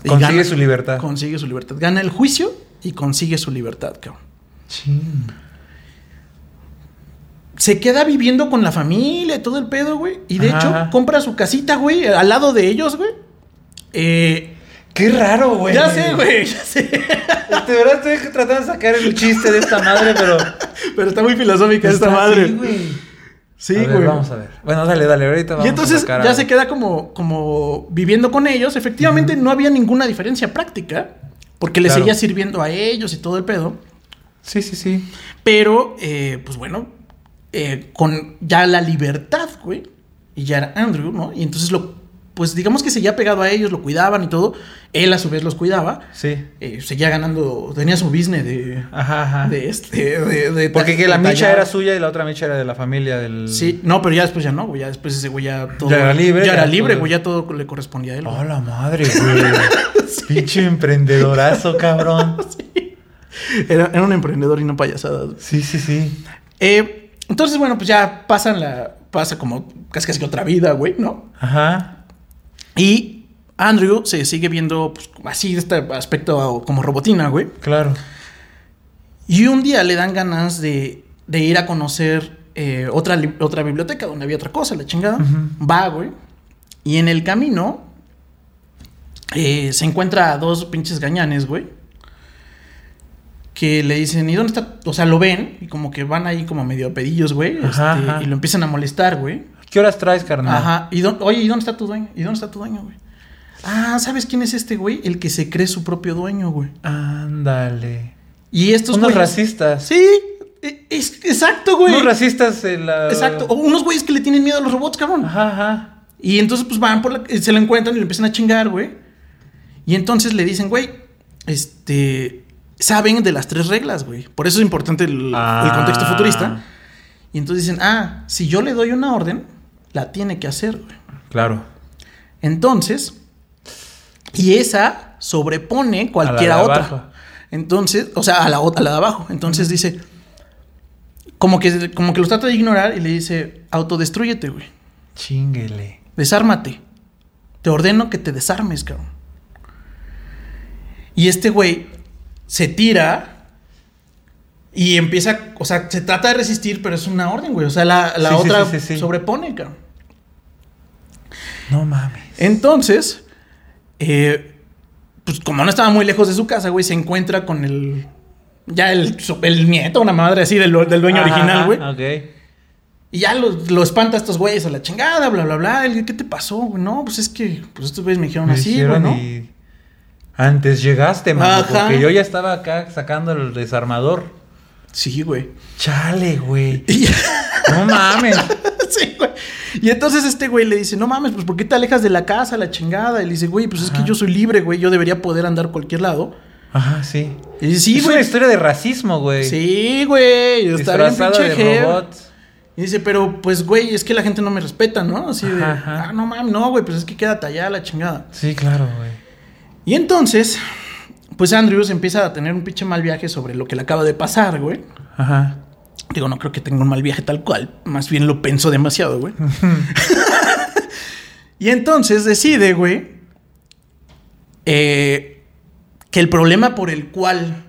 S1: Y
S2: Consigue
S1: gana-
S2: su libertad.
S1: Consigue su libertad. Gana el juicio y consigue su libertad, cabrón.
S2: Chin.
S1: Se queda viviendo con la familia y todo el pedo, güey. Y de
S2: Ajá, ajá.
S1: hecho, compra su casita, güey, al lado de ellos, güey. Eh,
S2: Qué raro, güey.
S1: ya sé, güey, ya sé.
S2: De verdad estoy tratando de sacar el chiste de esta madre, pero.
S1: Pero está muy filosófica
S2: Está
S1: esta madre.
S2: así, güey.
S1: Sí,
S2: A ver,
S1: güey.
S2: Vamos a ver. Bueno, dale, dale, ahorita vamos
S1: Y entonces
S2: a sacar
S1: ya
S2: algo.
S1: se queda como, como viviendo con ellos. Efectivamente, no había ninguna diferencia práctica. Porque le
S2: Claro.
S1: seguía sirviendo a ellos y todo el pedo.
S2: Sí, sí, sí.
S1: Pero, eh, pues bueno, eh, con ya la libertad, güey. Y ya era Andrew, ¿no? Y entonces lo, pues digamos que seguía pegado a ellos, lo cuidaban y todo. Él a su vez los cuidaba.
S2: Sí.
S1: Eh, seguía ganando, tenía su business de...
S2: Ajá, ajá.
S1: De este, de, de-
S2: Porque que la
S1: de
S2: micha
S1: tallar.
S2: era suya y la otra micha era de la familia del.
S1: Sí, no, pero ya después ya no, güey. Ya después ese güey ya todo.
S2: Ya era libre,
S1: Ya
S2: ya
S1: era libre,
S2: todo.
S1: güey. Ya todo le correspondía a él. güey.
S2: ¡Oh, la madre, güey! Pinche emprendedorazo, cabrón.
S1: Era, era un emprendedor y no payasadas. güey.
S2: Sí, sí, sí.
S1: Eh, entonces, bueno, pues ya pasan la. Pasa como casi casi que otra vida, güey, ¿no?
S2: Ajá.
S1: Y Andrew se sigue viendo pues, así de este aspecto como robotina, güey.
S2: Claro.
S1: Y un día le dan ganas de, de ir a conocer eh, otra, li- otra biblioteca donde había otra cosa, la chingada.
S2: Ujú.
S1: Va, güey. Y en el camino eh, se encuentra a dos pinches gañanes, güey. Que le dicen, ¿y dónde está? O sea, lo ven y como que van ahí como medio pedillos, güey.
S2: Ajá,
S1: este,
S2: ajá.
S1: Y lo empiezan a molestar, güey.
S2: ¿Qué horas traes, carnal?
S1: Ajá. ¿Y dó- oye, ¿y dónde está tu dueño? ¿Y dónde está tu dueño, güey? Ah, ¿sabes quién es este, güey? El que se cree su propio dueño, güey.
S2: Ándale.
S1: Y estos
S2: Unos
S1: güeyes-
S2: racistas.
S1: Sí, e- es- exacto, güey.
S2: Unos racistas en la.
S1: Exacto. O unos güeyes que le tienen miedo a los robots, cabrón.
S2: Ajá, ajá.
S1: Y entonces, pues van por la. eh, Se lo encuentran y lo empiezan a chingar, güey. Y entonces le dicen, güey, este. Saben de las tres reglas, güey. Por eso es importante el, el contexto
S2: Ah.
S1: futurista. Y entonces dicen, ah, si yo le doy una orden, la tiene que hacer, güey.
S2: Claro.
S1: Entonces, y esa sobrepone cualquiera
S2: A la de
S1: otra.
S2: abajo.
S1: Entonces, o sea, a la, otra- a la de abajo. Entonces dice, como que, como que los trata de ignorar y le dice, autodestruyete, güey.
S2: Chinguele.
S1: Desármate. Te ordeno que te desarmes, cabrón. Y este güey se tira y empieza, o sea, se trata de resistir, pero es una orden, güey. O sea, la, la
S2: Sí, sí,
S1: otra
S2: sí, sí, sí.
S1: sobrepone, cabrón.
S2: No mames.
S1: Entonces, eh, pues como no estaba muy lejos de su casa, güey, se encuentra con el. Ya el, so- el nieto, una madre así del, del dueño original,
S2: Ajá,
S1: güey.
S2: Ok.
S1: Y ya lo, lo espanta a estos güeyes a la chingada, bla, bla, bla. Y, ¿Qué te pasó, güey? No, pues es que pues estos güeyes me dijeron
S2: Me
S1: así, güey,
S2: hicieron
S1: ¿no?
S2: y- Antes llegaste, mano,
S1: Ajá.
S2: porque yo ya estaba acá sacando el desarmador.
S1: Sí, güey.
S2: Chale, güey.
S1: Y,
S2: No mames.
S1: sí, güey. Y entonces este güey le dice, no mames, pues ¿por qué te alejas de la casa, la chingada? Y le dice, güey, pues es
S2: Ajá.
S1: que yo soy libre, güey. Yo debería poder andar a cualquier lado.
S2: Ajá, sí.
S1: Y dice, sí,
S2: es una
S1: güey.
S2: historia de racismo, güey.
S1: Sí, güey. Está bien
S2: Disfrazada
S1: pinche
S2: de
S1: heavy.
S2: robots.
S1: Y dice, pero pues, güey, es que la gente no me respeta, ¿no? Así de,
S2: Ajá, ajá.
S1: ah, no mames, no, güey, pues es que quédate allá, la chingada.
S2: Sí, claro, güey.
S1: Y entonces, pues Andrews empieza a tener un pinche mal viaje sobre lo que le acaba de pasar, güey.
S2: Ajá.
S1: Digo, no creo que tenga un mal viaje tal cual, más bien lo pensó demasiado, güey. y entonces decide, güey, eh, que el problema por el cual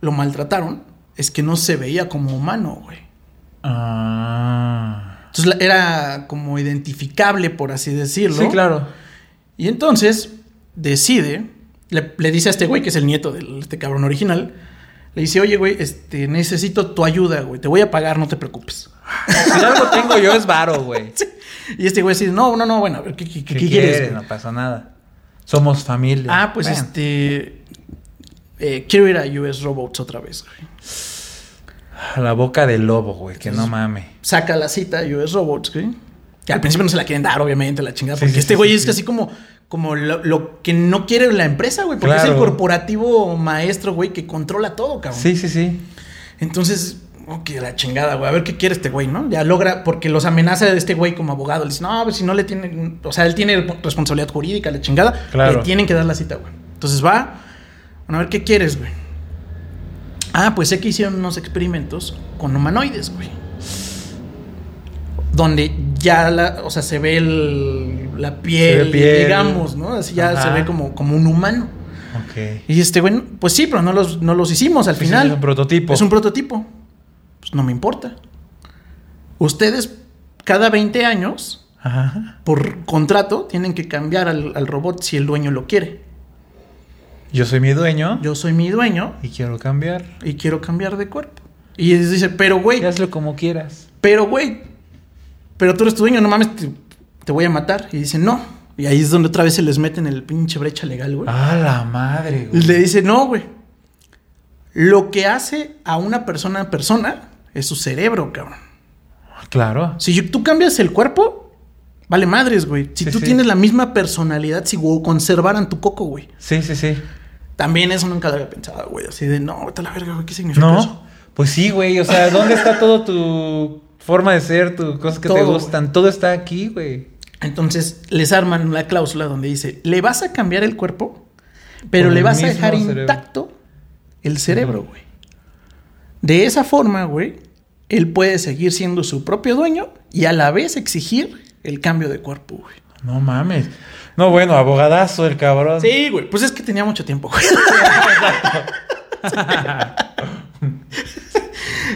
S1: lo maltrataron es que no se veía como humano, güey.
S2: Ah.
S1: Entonces la- era como identificable, por así decirlo.
S2: Sí, claro.
S1: Y entonces decide, le, le dice a este güey, que es el nieto de este cabrón original, le dice, oye, güey, este, necesito tu ayuda, güey, te voy a pagar, no te preocupes.
S2: Si algo tengo yo es varo, güey.
S1: Y este güey dice, no, no, no, bueno, a ver, ¿qué, qué-
S2: ¿Qué,
S1: qué quieres? güey?"
S2: No pasa nada. Somos familia.
S1: Ah, pues
S2: Bueno.
S1: este... eh, quiero ir a US Robots otra vez, güey.
S2: A la boca del lobo, güey. Que
S1: pues,
S2: no mame.
S1: Saca la cita a US Robots, güey. Que al principio no se la quieren dar, obviamente, la chingada.
S2: Sí,
S1: Porque
S2: sí,
S1: este
S2: sí,
S1: güey
S2: sí,
S1: es
S2: sí.
S1: así como, como lo, lo que no quiere la empresa, güey. Porque es el
S2: Claro.
S1: corporativo maestro, güey, que controla todo, cabrón.
S2: Sí, sí, sí.
S1: Entonces, ok, la chingada, güey. A ver qué quiere este güey, ¿no? Ya logra, porque los amenaza de este güey como abogado. Le dice, no, pues si no le tienen, o sea, él tiene responsabilidad jurídica, la chingada.
S2: Claro.
S1: Le tienen que dar la cita, güey. Entonces va, bueno, a ver qué quieres, güey. Ah, pues sé que hicieron unos experimentos con humanoides, güey. Donde ya la, o sea, se ve el- la piel,
S2: piel.
S1: digamos, ¿no? Así ya
S2: Ajá.
S1: se ve como, como un humano.
S2: Ok.
S1: Y este, güey, pues sí, pero no los, no los hicimos al
S2: Pues
S1: final.
S2: Es un prototipo.
S1: Es un prototipo. Pues no me importa. Ustedes, cada 20 años,
S2: Ajá.
S1: por contrato, tienen que cambiar al, al robot si el dueño lo quiere.
S2: Yo soy mi dueño
S1: Yo soy mi dueño
S2: y quiero cambiar.
S1: y quiero cambiar de cuerpo. Y él dice, pero güey,
S2: Y Hazlo como quieras.
S1: pero güey, pero tú eres tu dueño, no mames, te, te voy a matar. Y dice, no. Y ahí es donde otra vez se les meten el pinche brecha legal, güey.
S2: Ah, la madre, güey.
S1: Le dice, no, güey. Lo que hace a una persona a persona es su cerebro, cabrón.
S2: Claro.
S1: Si yo- tú cambias el cuerpo, vale madres, güey. Si
S2: Sí,
S1: tú
S2: sí.
S1: tienes la misma personalidad, si güey, conservaran tu coco, güey.
S2: Sí, sí, sí.
S1: También eso nunca lo había pensado, güey. Así de, no, vete a la verga, güey, ¿qué significa eso?
S2: ¿No? Pues sí, güey. O sea, ¿dónde está todo tu forma de ser, tus cosas que te
S1: Todo,
S2: gustan? Todo está aquí, güey.
S1: Entonces les arman la cláusula donde dice, le vas a cambiar el cuerpo, pero
S2: Con
S1: le
S2: el
S1: vas a
S2: mismo
S1: dejar
S2: cerebro.
S1: intacto el cerebro, güey. De esa forma, güey, él puede seguir siendo su propio dueño y a la vez exigir el cambio de cuerpo, güey.
S2: No mames. No, bueno, abogadazo el cabrón.
S1: Sí, güey, pues es que tenía mucho tiempo, güey.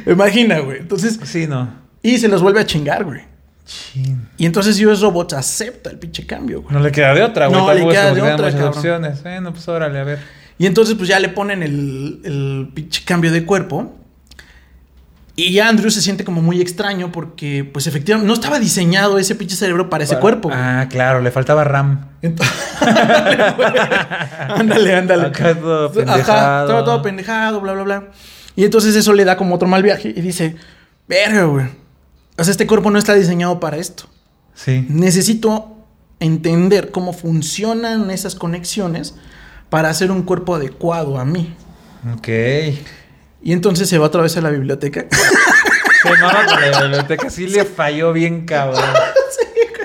S1: Imagina, güey. Entonces,
S2: Sí, no.
S1: y se los vuelve a chingar, güey.
S2: Chin.
S1: Y entonces US Robots acepta el pinche cambio, güey.
S2: No le queda de otra, güey.
S1: No,
S2: Tampoco
S1: le
S2: es
S1: queda
S2: como
S1: de
S2: que le dan
S1: otra,
S2: muchas
S1: cabrón.
S2: opciones. Bueno, pues órale, a ver.
S1: Y entonces pues ya le ponen el, el pinche cambio de cuerpo. Y ya Andrew se siente como muy extraño porque pues efectivamente no estaba diseñado ese pinche cerebro para ese
S2: Para-
S1: cuerpo. güey.
S2: Ah, claro, le faltaba RAM.
S1: Ento- Ándale, güey. ándale, ándale.
S2: Acá todo
S1: Ajá,
S2: pendejado.
S1: estaba todo pendejado, bla, bla, bla. Y entonces eso le da como otro mal viaje y dice, verga, güey. O sea, este cuerpo no está diseñado para esto.
S2: Sí.
S1: Necesito entender cómo funcionan esas conexiones para hacer un cuerpo adecuado a mí.
S2: Ok. Se
S1: Y entonces se va otra vez a la biblioteca.
S2: mama con la biblioteca. Sí le falló bien, cabrón.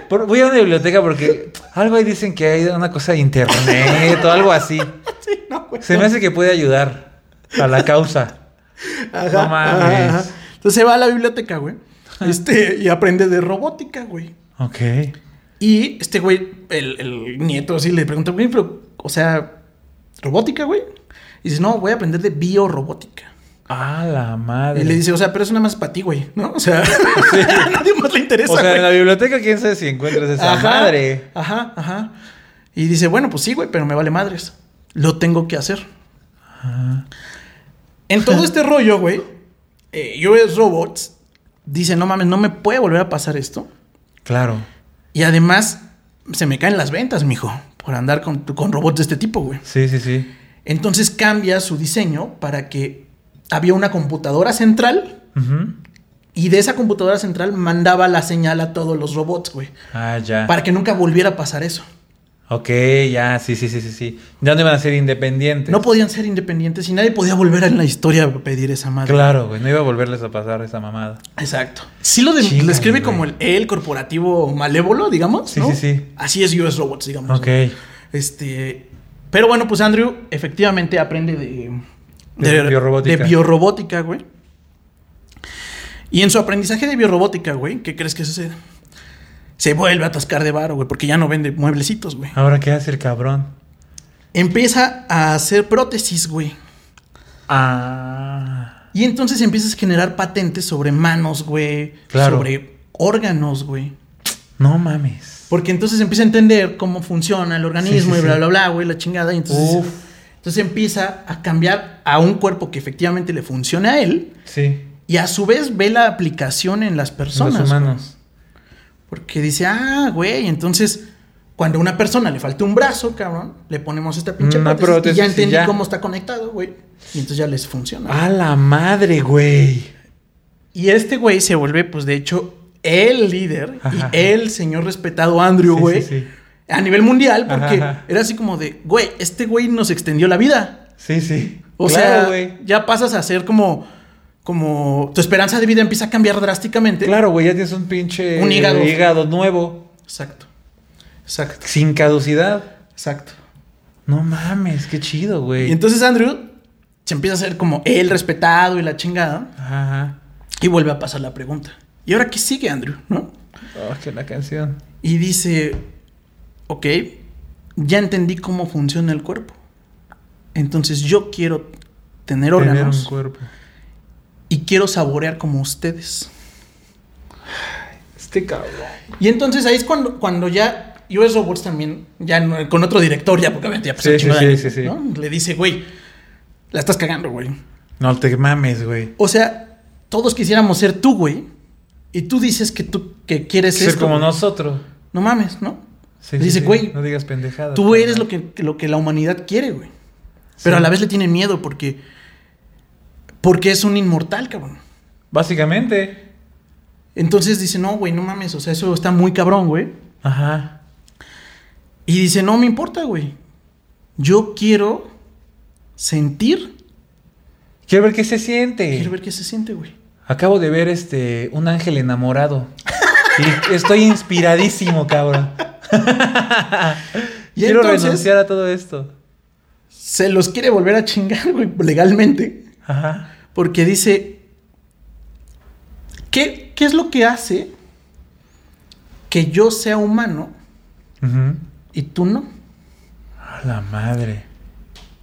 S2: Por- voy a una biblioteca porque algo ahí dicen que hay una cosa de internet o algo así.
S1: sí, no, güey.
S2: Se me hace que puede ayudar a la causa.
S1: Ajá,
S2: No mames.
S1: ajá, ajá. Entonces se va a la biblioteca, güey. Este, y aprende de robótica, güey.
S2: Ok.
S1: Y este güey, el, el nieto así le pregunta, güey, pero, o sea, robótica, güey. Y dice, no, voy a aprender de biorobótica.
S2: A Ah, la madre.
S1: Y le dice, o sea, pero eso nada más para ti, güey, ¿no? O sea, a nadie más le interesa,
S2: o sea,
S1: güey.
S2: en la biblioteca quién sabe si encuentras esa madre.
S1: Ajá, ajá. Y dice, bueno, pues sí, güey, pero me vale madres. Lo tengo que hacer. En todo este rollo, güey, eh, US Robots dice, no mames, no me puede volver a pasar esto.
S2: Claro.
S1: Y además, se me caen las ventas, mijo, por andar con, con robots de este tipo, güey.
S2: Sí, sí, sí.
S1: Entonces cambia su diseño para que había una computadora central
S2: Ujú.
S1: y de esa computadora central mandaba la señal a todos los robots, güey.
S2: Ah, ya.
S1: Para que nunca volviera a pasar eso.
S2: Ok, ya, sí, sí, sí, sí, sí. Ya no iban a ser independientes.
S1: No podían ser independientes y nadie podía volver en la historia a pedir esa madre.
S2: Claro, güey, no iba a volverles a pasar esa mamada.
S1: Exacto. Sí lo, de-
S2: Chíngale,
S1: lo describe
S2: güey.
S1: como el, el corporativo malévolo, digamos.
S2: Sí,
S1: ¿no?
S2: sí, sí.
S1: Así es US Robots, digamos.
S2: Ok.
S1: Este. Pero bueno, pues Andrew efectivamente aprende de.
S2: De biorrobótica.
S1: de biorrobótica, güey. Y en su aprendizaje de biorrobótica, güey, ¿qué crees que sucede? Se vuelve a atascar de varo, güey, porque ya no vende mueblecitos, güey.
S2: Ahora, ¿qué hace el cabrón?
S1: Empieza a hacer prótesis, güey.
S2: Ah.
S1: Y entonces empiezas a generar patentes sobre manos, güey.
S2: Claro.
S1: Sobre órganos, güey.
S2: No mames.
S1: Porque entonces empieza a entender cómo funciona el organismo
S2: Sí, sí,
S1: y bla,
S2: sí.
S1: bla, bla, güey, la chingada. Y entonces,
S2: Uf.
S1: entonces empieza a cambiar a un cuerpo que efectivamente le funcione a él
S2: Sí.
S1: y a su vez ve la aplicación en las personas.
S2: Los humanos.
S1: güey. Porque dice, ah, güey, entonces cuando a una persona le falta un brazo, cabrón, le ponemos esta pinche
S2: Una
S1: prótesis, y
S2: prótesis
S1: ya
S2: y
S1: entendí
S2: ya.
S1: cómo está conectado, güey. Y entonces ya les funciona.
S2: A la madre, güey.
S1: Y este güey se vuelve, pues de hecho, el líder
S2: Ajá.
S1: y el señor respetado Andrew,
S2: Sí,
S1: güey.
S2: sí, sí.
S1: A nivel mundial, porque
S2: Ajá, ajá.
S1: era así como de, güey, este güey nos extendió la vida.
S2: Sí, sí.
S1: O
S2: Claro,
S1: sea,
S2: güey.
S1: ya pasas a ser como, como, tu esperanza de vida empieza a cambiar drásticamente.
S2: Claro, güey, ya tienes un pinche
S1: Un hígado.
S2: nuevo.
S1: Exacto. Exacto.
S2: Sin caducidad.
S1: Exacto.
S2: No mames, qué
S1: Y
S2: chido, güey.
S1: entonces Andrew se empieza a ser como el respetado y la chingada.
S2: Ajá. ajá.
S1: Y vuelve a pasar la pregunta. ¿Y ahora qué sigue, Andrew? ¿No?
S2: Oh, que la canción.
S1: Y dice, ok, ya entendí cómo funciona el cuerpo. Entonces yo quiero tener
S2: Tener un
S1: órganos
S2: cuerpo.
S1: y quiero saborear como ustedes.
S2: Este cabrón.
S1: Y entonces ahí es cuando, cuando ya US Robots también, ya no- con otro director, ya porque obviamente ya pasó
S2: Sí,
S1: un chingo
S2: sí,
S1: de
S2: sí,
S1: años,
S2: sí, sí.
S1: ¿no? Le dice, güey, la estás cagando, güey.
S2: No te mames, güey.
S1: O sea, todos quisiéramos ser tú, güey. Y tú dices que tú que quieres
S2: Ser
S1: esto,
S2: como
S1: güey.
S2: nosotros.
S1: No mames, ¿no?
S2: Sí,
S1: Le
S2: sí,
S1: dice,
S2: sí.
S1: güey,
S2: No digas pendejadas.
S1: Tú eres lo que, lo que la humanidad quiere, güey. Pero
S2: Sí.
S1: a la vez le tiene miedo porque. Porque es un inmortal, cabrón.
S2: Básicamente.
S1: Entonces dice, no, güey, no mames. O sea, eso está muy cabrón, güey.
S2: Ajá.
S1: Y dice, no me importa, güey. Yo quiero sentir.
S2: Quiero ver qué se siente.
S1: Quiero ver qué se siente, güey.
S2: Acabo de ver este un ángel enamorado. y estoy inspiradísimo, cabrón.
S1: Y
S2: Quiero
S1: entonces-
S2: renunciar a todo esto.
S1: Se los quiere volver a chingar, güey, legalmente.
S2: Ajá.
S1: Porque dice. ¿Qué, qué es lo que hace que yo sea humano
S2: Ujú.
S1: y tú no?
S2: A la madre.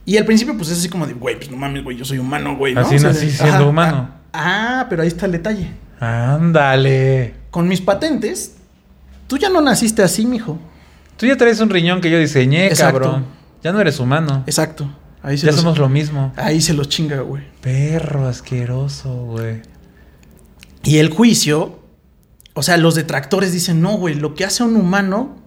S1: Y al principio, pues es así como de, güey, pues no mames, güey, yo soy humano, güey. ¿no?
S2: Así
S1: O sea,
S2: nací
S1: de-
S2: siendo
S1: ajá,
S2: humano.
S1: Ah, ah, pero ahí está el detalle.
S2: Ándale.
S1: Con mis patentes, tú ya no naciste así, mijo.
S2: Tú ya traes un riñón que yo diseñé,
S1: Exacto.
S2: cabrón. Ya no eres humano.
S1: Exacto. Ahí se,
S2: Ya
S1: los,
S2: somos lo mismo.
S1: ahí se los chinga, güey.
S2: Perro asqueroso, güey.
S1: Y el juicio, o sea, los detractores dicen, no, güey, lo que hace a un humano,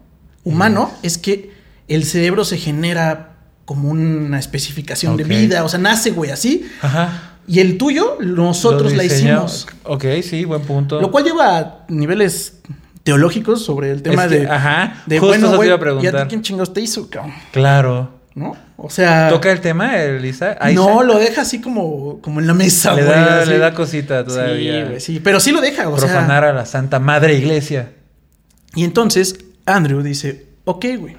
S1: humano,
S2: Mm.
S1: es que el cerebro se genera como una especificación
S2: Ok.
S1: de vida, o sea, nace, güey, así.
S2: Ajá.
S1: Y el tuyo, nosotros
S2: Lo
S1: la
S2: diseñó-
S1: hicimos.
S2: Ok, sí, buen punto.
S1: Lo cual lleva a niveles teológicos sobre el tema
S2: Es que-
S1: de.
S2: ajá,
S1: de
S2: justo
S1: bueno,
S2: eso te
S1: güey,
S2: iba
S1: ¿y
S2: a
S1: a
S2: preguntar.
S1: ti quién chingados te hizo, cabrón?
S2: Claro.
S1: ¿No? O sea.
S2: ¿Toca el tema, Elisa? Ahí
S1: no,
S2: se-
S1: lo deja así como, como en la mesa,
S2: le
S1: güey,
S2: da,
S1: así.
S2: le da cosita todavía.
S1: Sí, güey, sí. Pero sí lo deja, o
S2: Profanar
S1: sea.
S2: a la Santa Madre Iglesia.
S1: Y entonces Andrew dice: Ok, güey.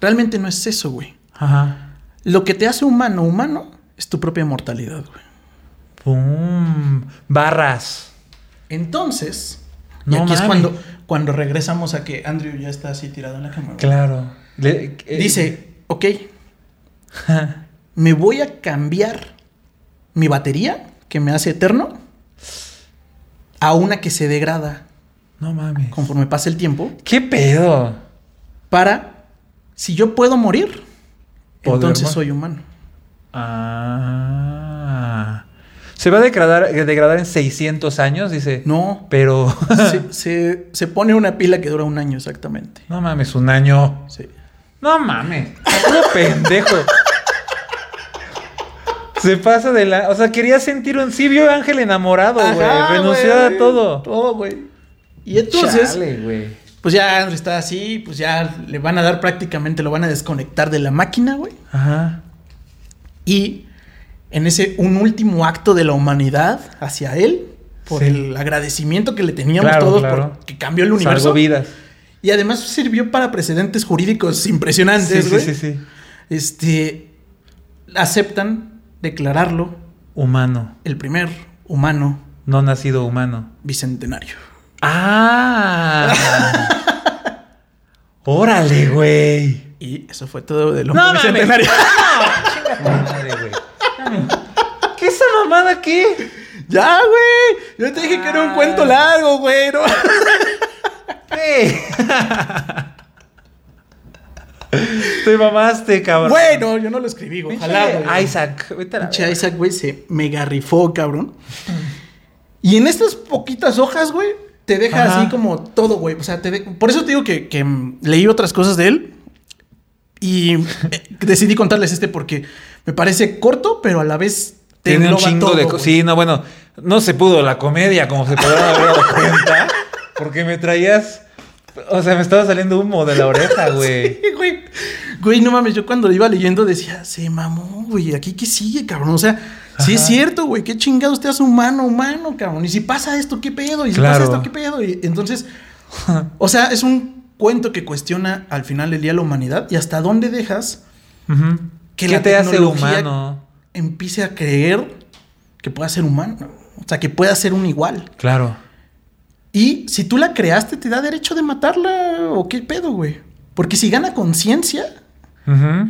S1: Realmente no es eso, güey.
S2: Ajá.
S1: Lo que te hace humano, humano, es tu propia mortalidad, güey.
S2: Pum. Barras.
S1: Entonces. y
S2: No
S1: aquí es
S2: mames.
S1: cuando, cuando regresamos a que Andrew ya está así tirado en la cama. güey.
S2: Claro. Le- eh,
S1: Dice, ok, me voy a cambiar mi batería que me hace eterno a una que se degrada
S2: No mames.
S1: conforme pasa el tiempo
S2: ¿Qué pedo?
S1: para, si yo puedo morir,
S2: Poder
S1: entonces
S2: morir.
S1: soy humano.
S2: Ah. Se va a degradar, degradar en 600 años, dice.
S1: No,
S2: Pero.
S1: se, se- se pone una pila que dura un año exactamente.
S2: no mames, un año.
S1: Sí.
S2: No mames. Puro pendejo. Se pasa de la. O sea, quería sentir un. Sí, vio ángel enamorado, güey.
S1: Ajá,
S2: Renunció a
S1: güey,
S2: todo.
S1: Todo, güey. Y entonces,
S2: Chale, güey.
S1: pues ya Andrew está así, pues ya le van a dar prácticamente, lo van a desconectar de la máquina, güey.
S2: Ajá.
S1: Y en ese un último acto de la humanidad hacia él, por
S2: Sí.
S1: el agradecimiento que le teníamos
S2: Claro,
S1: todos
S2: claro.
S1: porque cambió el universo.
S2: Salvo vidas.
S1: Y además sirvió para precedentes jurídicos
S2: Sí,
S1: impresionantes,
S2: sí,
S1: güey.
S2: sí, sí.
S1: Este aceptan declararlo
S2: Humano.
S1: el primer humano
S2: No nacido humano.
S1: bicentenario.
S2: ¡Ah! ¡Órale, güey!
S1: Y eso fue todo del hombre
S2: ¡No, mames!
S1: bicentenario.
S2: ¡No! madre, güey! ¿Qué esa mamada qué?
S1: ya, güey. Yo te dije que era un
S2: Ah.
S1: cuento largo, güey. ¿no?
S2: Ey. Te mamaste, cabrón.
S1: bueno, yo no lo escribí, güey.
S2: Pinche
S1: Ojalá, güey.
S2: Isaac. Vete a la
S1: Pinche
S2: verga.
S1: Isaac, güey, se mega rifó, cabrón. Y en estas poquitas hojas, güey, te deja
S2: Ajá.
S1: así como todo, güey. O sea, te de- por eso te digo que, que, mm, leí otras cosas de él. Y eh, decidí contarles este porque me parece corto, pero a la vez te
S2: Tiene un
S1: engloba
S2: chingo
S1: todo,
S2: de
S1: güey.
S2: cosas. Sí, no, bueno, no se pudo la comedia, como se podrán haber dado cuenta. Porque me traías. O sea, me estaba saliendo humo de la oreja, güey.
S1: Sí, güey. Güey, no mames, yo cuando lo iba leyendo decía, se mamó, güey, aquí qué sigue, cabrón. O sea, sí es
S2: Ajá.
S1: cierto, güey, qué chingados te hace humano, humano, cabrón. Y si pasa esto, qué pedo, y si pasa
S2: Claro.
S1: esto, qué pedo. Y entonces, o sea, es un cuento que cuestiona al final del día la humanidad y hasta dónde dejas
S2: Ujú.
S1: Que
S2: ¿Qué
S1: la
S2: te hace
S1: tecnología-
S2: humano?
S1: empiece a creer que pueda ser humano. O sea, que pueda ser un igual.
S2: Claro.
S1: Y si tú la creaste, ¿te da derecho de matarla o qué pedo, güey? Porque si gana conciencia,
S2: Ujú.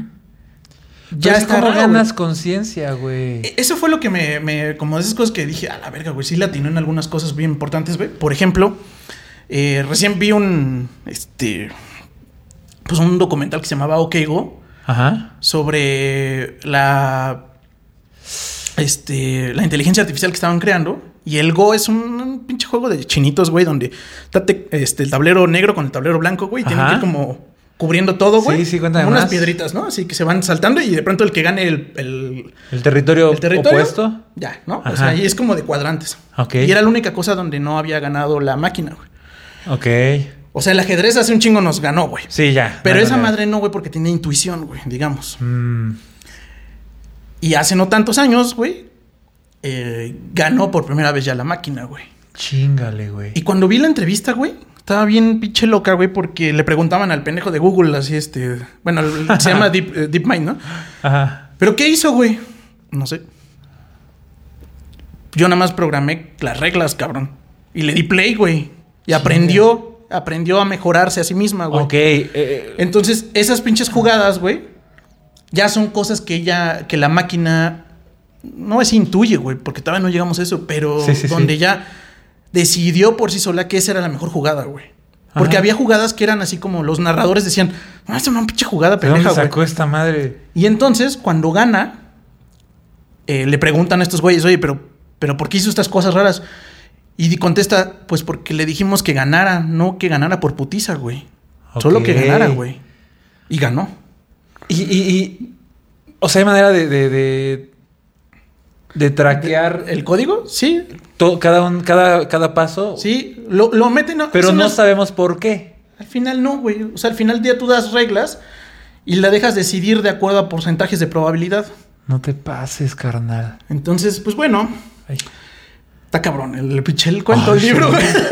S1: ya
S2: Pero es
S1: está
S2: como
S1: raro,
S2: ganas
S1: güey.
S2: conciencia, güey.
S1: E- Eso fue lo que me, me- Como de esas cosas que dije, a la verga, güey, sí latino en algunas cosas bien importantes, güey. Por ejemplo, eh, recién vi un. Este. Pues un documental que se llamaba OK Go.
S2: Ajá.
S1: sobre la este la inteligencia artificial que estaban creando y el Go es un, un pinche juego de chinitos, güey, donde está te- este el tablero negro con el tablero blanco, güey, y tienen
S2: Ajá.
S1: que ir como cubriendo todo, güey.
S2: Sí, sí, cuéntame
S1: como unas
S2: más.
S1: piedritas, ¿no? Así que se van saltando y de pronto el que gane el, el,
S2: El territorio,
S1: el territorio
S2: opuesto.
S1: ya, ¿no? O
S2: Ajá.
S1: sea, y es como de cuadrantes.
S2: Ok.
S1: Y era la única cosa donde no había ganado la máquina, güey.
S2: Ok.
S1: O sea, el ajedrez hace un chingo nos ganó, güey.
S2: Sí, ya.
S1: Pero
S2: No hay
S1: esa
S2: manera.
S1: madre no, güey, porque tiene intuición, güey, digamos.
S2: Mm,
S1: Y hace no tantos años, güey, eh, ganó por primera vez ya la máquina, güey.
S2: chingale, güey.
S1: Y cuando vi la entrevista, güey, estaba bien pinche loca, güey, porque le preguntaban al pendejo de Google, así este. Bueno, el- se llama Deep, eh, DeepMind, ¿no?
S2: Ajá.
S1: ¿Pero qué hizo, güey? No sé. Yo nada más programé las reglas, cabrón. Y le di play, güey. Y aprendió, aprendió a mejorarse a sí misma, güey.
S2: Ok. eh,
S1: Entonces, esas pinches jugadas, güey, ya son cosas que ella, que la máquina no es intuye, güey, porque todavía no llegamos a eso, pero
S2: Sí, sí, sí.
S1: donde ya decidió por sí sola que esa era la mejor jugada, güey. Porque
S2: Ajá.
S1: había jugadas que eran así como los narradores decían, no, esta es una pinche jugada
S2: ¿De dónde
S1: pendeja, güey.
S2: sacó esta madre?
S1: Y entonces, cuando gana, eh, le preguntan a estos güeyes, oye, pero, pero ¿por qué hizo estas cosas raras? Y di- contesta, pues porque le dijimos que ganara, no que ganara por putiza, güey. Solo que
S2: Ok.
S1: ganara, güey. Y ganó.
S2: Y, y- y- o sea, hay manera de, de, de, de traquear
S1: ¿El código? Sí,
S2: todo, cada, un, cada, cada paso,
S1: sí. Lo, lo meten. a-
S2: pero
S1: es
S2: no
S1: una-
S2: sabemos por qué.
S1: Al final no, güey. O sea, al final del día tú das reglas y la dejas decidir de acuerdo a porcentajes de probabilidad.
S2: No te pases, carnal.
S1: Entonces, pues bueno,
S2: Ay.
S1: está cabrón. El, el pinche el cuento
S2: Ay,
S1: del libro,
S2: sí.
S1: güey.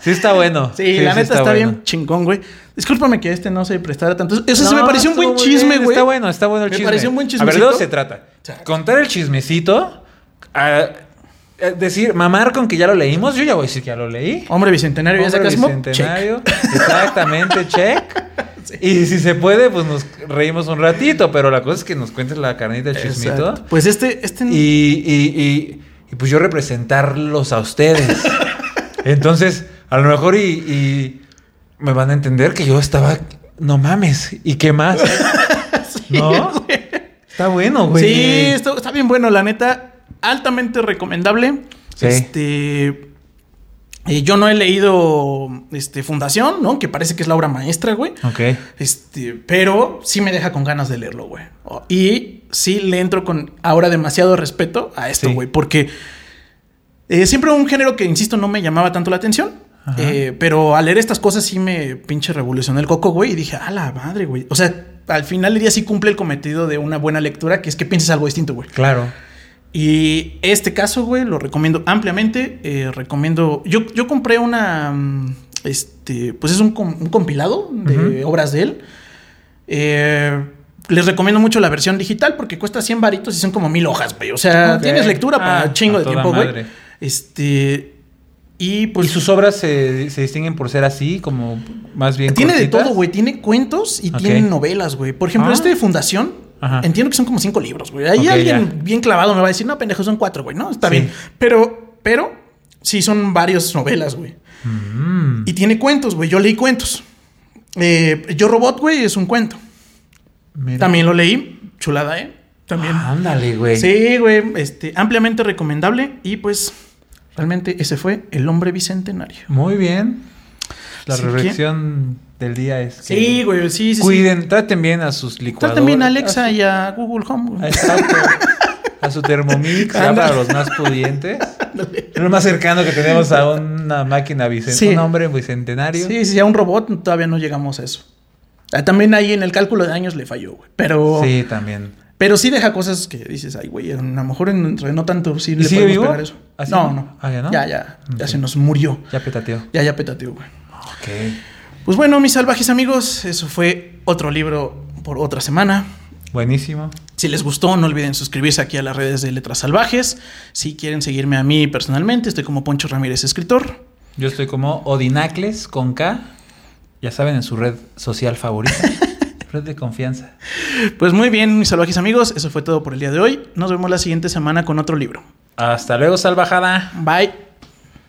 S2: Sí está bueno.
S1: Sí, la neta está,
S2: bueno.
S1: bien chingón, güey. Discúlpame que este no se prestara tanto. Eso sí
S2: No,
S1: me pareció un
S2: estuvo
S1: buen
S2: muy
S1: chisme,
S2: bien,
S1: güey.
S2: Está bueno, está bueno el
S1: Me
S2: chisme.
S1: pareció un buen
S2: A ver, ¿de
S1: chismecito.
S2: dónde se trata?
S1: Exacto.
S2: Contar el chismecito, a- a decir, mamar con que ya lo leímos. Yo ya voy a decir que ya lo leí.
S1: Hombre bicentenario, ya
S2: Hombre
S1: sacas mo-
S2: bicentenario. Exactamente, check. Y si se puede, pues nos reímos un ratito. Pero la cosa es que nos cuentes la carnita del
S1: check.
S2: chismito.
S1: Exacto. Pues este, este.
S2: Y, y- y- y, pues yo representarlos a ustedes. Entonces, a lo mejor y, y me van a entender que yo estaba. No mames. ¿Y qué más? ¿No? Está bueno, güey.
S1: Sí, esto- está bien bueno, la neta. Altamente recomendable.
S2: Sí.
S1: Este. eh, yo no he leído este, Fundación, ¿no? Que parece que es la obra maestra, güey.
S2: Ok.
S1: Este, pero sí me deja con ganas de leerlo, güey. O- Y sí le entro con ahora demasiado respeto a esto,
S2: Sí.
S1: güey, porque eh, siempre un género que, insisto, no me llamaba tanto la atención.
S2: Ajá.
S1: eh, pero al leer estas cosas sí me pinche revolucionó el coco, güey, y dije, a la madre, güey. O sea, al final del día sí cumple el cometido de una buena lectura, que es que pienses algo distinto, güey.
S2: Claro.
S1: Y este caso, güey, lo recomiendo ampliamente. eh, recomiendo. Yo, yo compré una. mm, Este. Pues es un, com- un compilado de
S2: Ujú.
S1: obras de él. Eh, les recomiendo mucho la versión digital porque cuesta 100 varitos y son como mil hojas, güey. O sea,
S2: Ok.
S1: tienes lectura para
S2: Ah,
S1: chingo
S2: a
S1: de
S2: toda
S1: tiempo, güey.
S2: madre.
S1: Este. Y pues.
S2: ¿Y sus obras se, se distinguen por ser así, como más bien.
S1: Tiene de
S2: cortitas?
S1: todo, güey. Tiene cuentos y
S2: Ok.
S1: tiene novelas, güey. Por ejemplo,
S2: Ah.
S1: este de Fundación.
S2: Ajá.
S1: Entiendo que son como cinco libros, güey. Ahí
S2: Ok,
S1: alguien
S2: ya.
S1: bien clavado me va a decir, no, pendejo, son cuatro, güey, ¿no? Está
S2: Sí.
S1: bien. Pero, pero, sí, son varias novelas, güey.
S2: Mm.
S1: Y tiene cuentos, güey. Yo leí cuentos. Eh, Yo Robot, güey, es un cuento.
S2: Mira.
S1: También lo leí. Chulada, ¿eh? También.
S2: Ah, ándale, güey.
S1: sí, güey. Este, ampliamente recomendable. Y pues, realmente ese fue El Hombre Bicentenario.
S2: Muy bien. La
S1: Sí,
S2: reflexión del día es que.
S1: Sí, güey, sí, sí, sí.
S2: Cuiden, traten bien a sus licuadoras.
S1: Traten bien a Alexa y a Google Home. güey.
S2: A su, exacto. A su Thermomix, ya
S1: Ándale.
S2: para los más pudientes. Es lo más cercano que tenemos a una máquina
S1: Sí.
S2: bicentenaria. Un hombre bicentenario.
S1: Sí, sí, a un robot todavía no llegamos a eso. Ah, También ahí en el cálculo de años le falló, güey. Pero,
S2: Sí, también.
S1: pero sí deja cosas que dices, ay, güey, a lo mejor en- entre no tanto sí
S2: ¿Y
S1: le
S2: sigue
S1: podemos
S2: vivo?
S1: pegar eso.
S2: ¿Así?
S1: No, no.
S2: Ah, ¿ya no?
S1: Ya, ya. Ya
S2: Ok.
S1: se nos murió.
S2: Ya petateó.
S1: Ya, ya petateó, güey.
S2: Ok.
S1: Pues bueno, mis salvajes amigos, eso fue otro libro por otra semana.
S2: Buenísimo.
S1: Si les gustó, no olviden suscribirse aquí a las redes de Letras Salvajes. Si quieren seguirme a mí personalmente, estoy como Poncho Ramírez Escritor.
S2: Yo estoy como Odinacles con K. Ya saben, en su red social favorita. red de confianza.
S1: Pues muy bien, mis salvajes amigos, eso fue todo por el día de hoy. Nos vemos la siguiente semana con otro libro.
S2: Hasta luego, salvajada.
S1: Bye.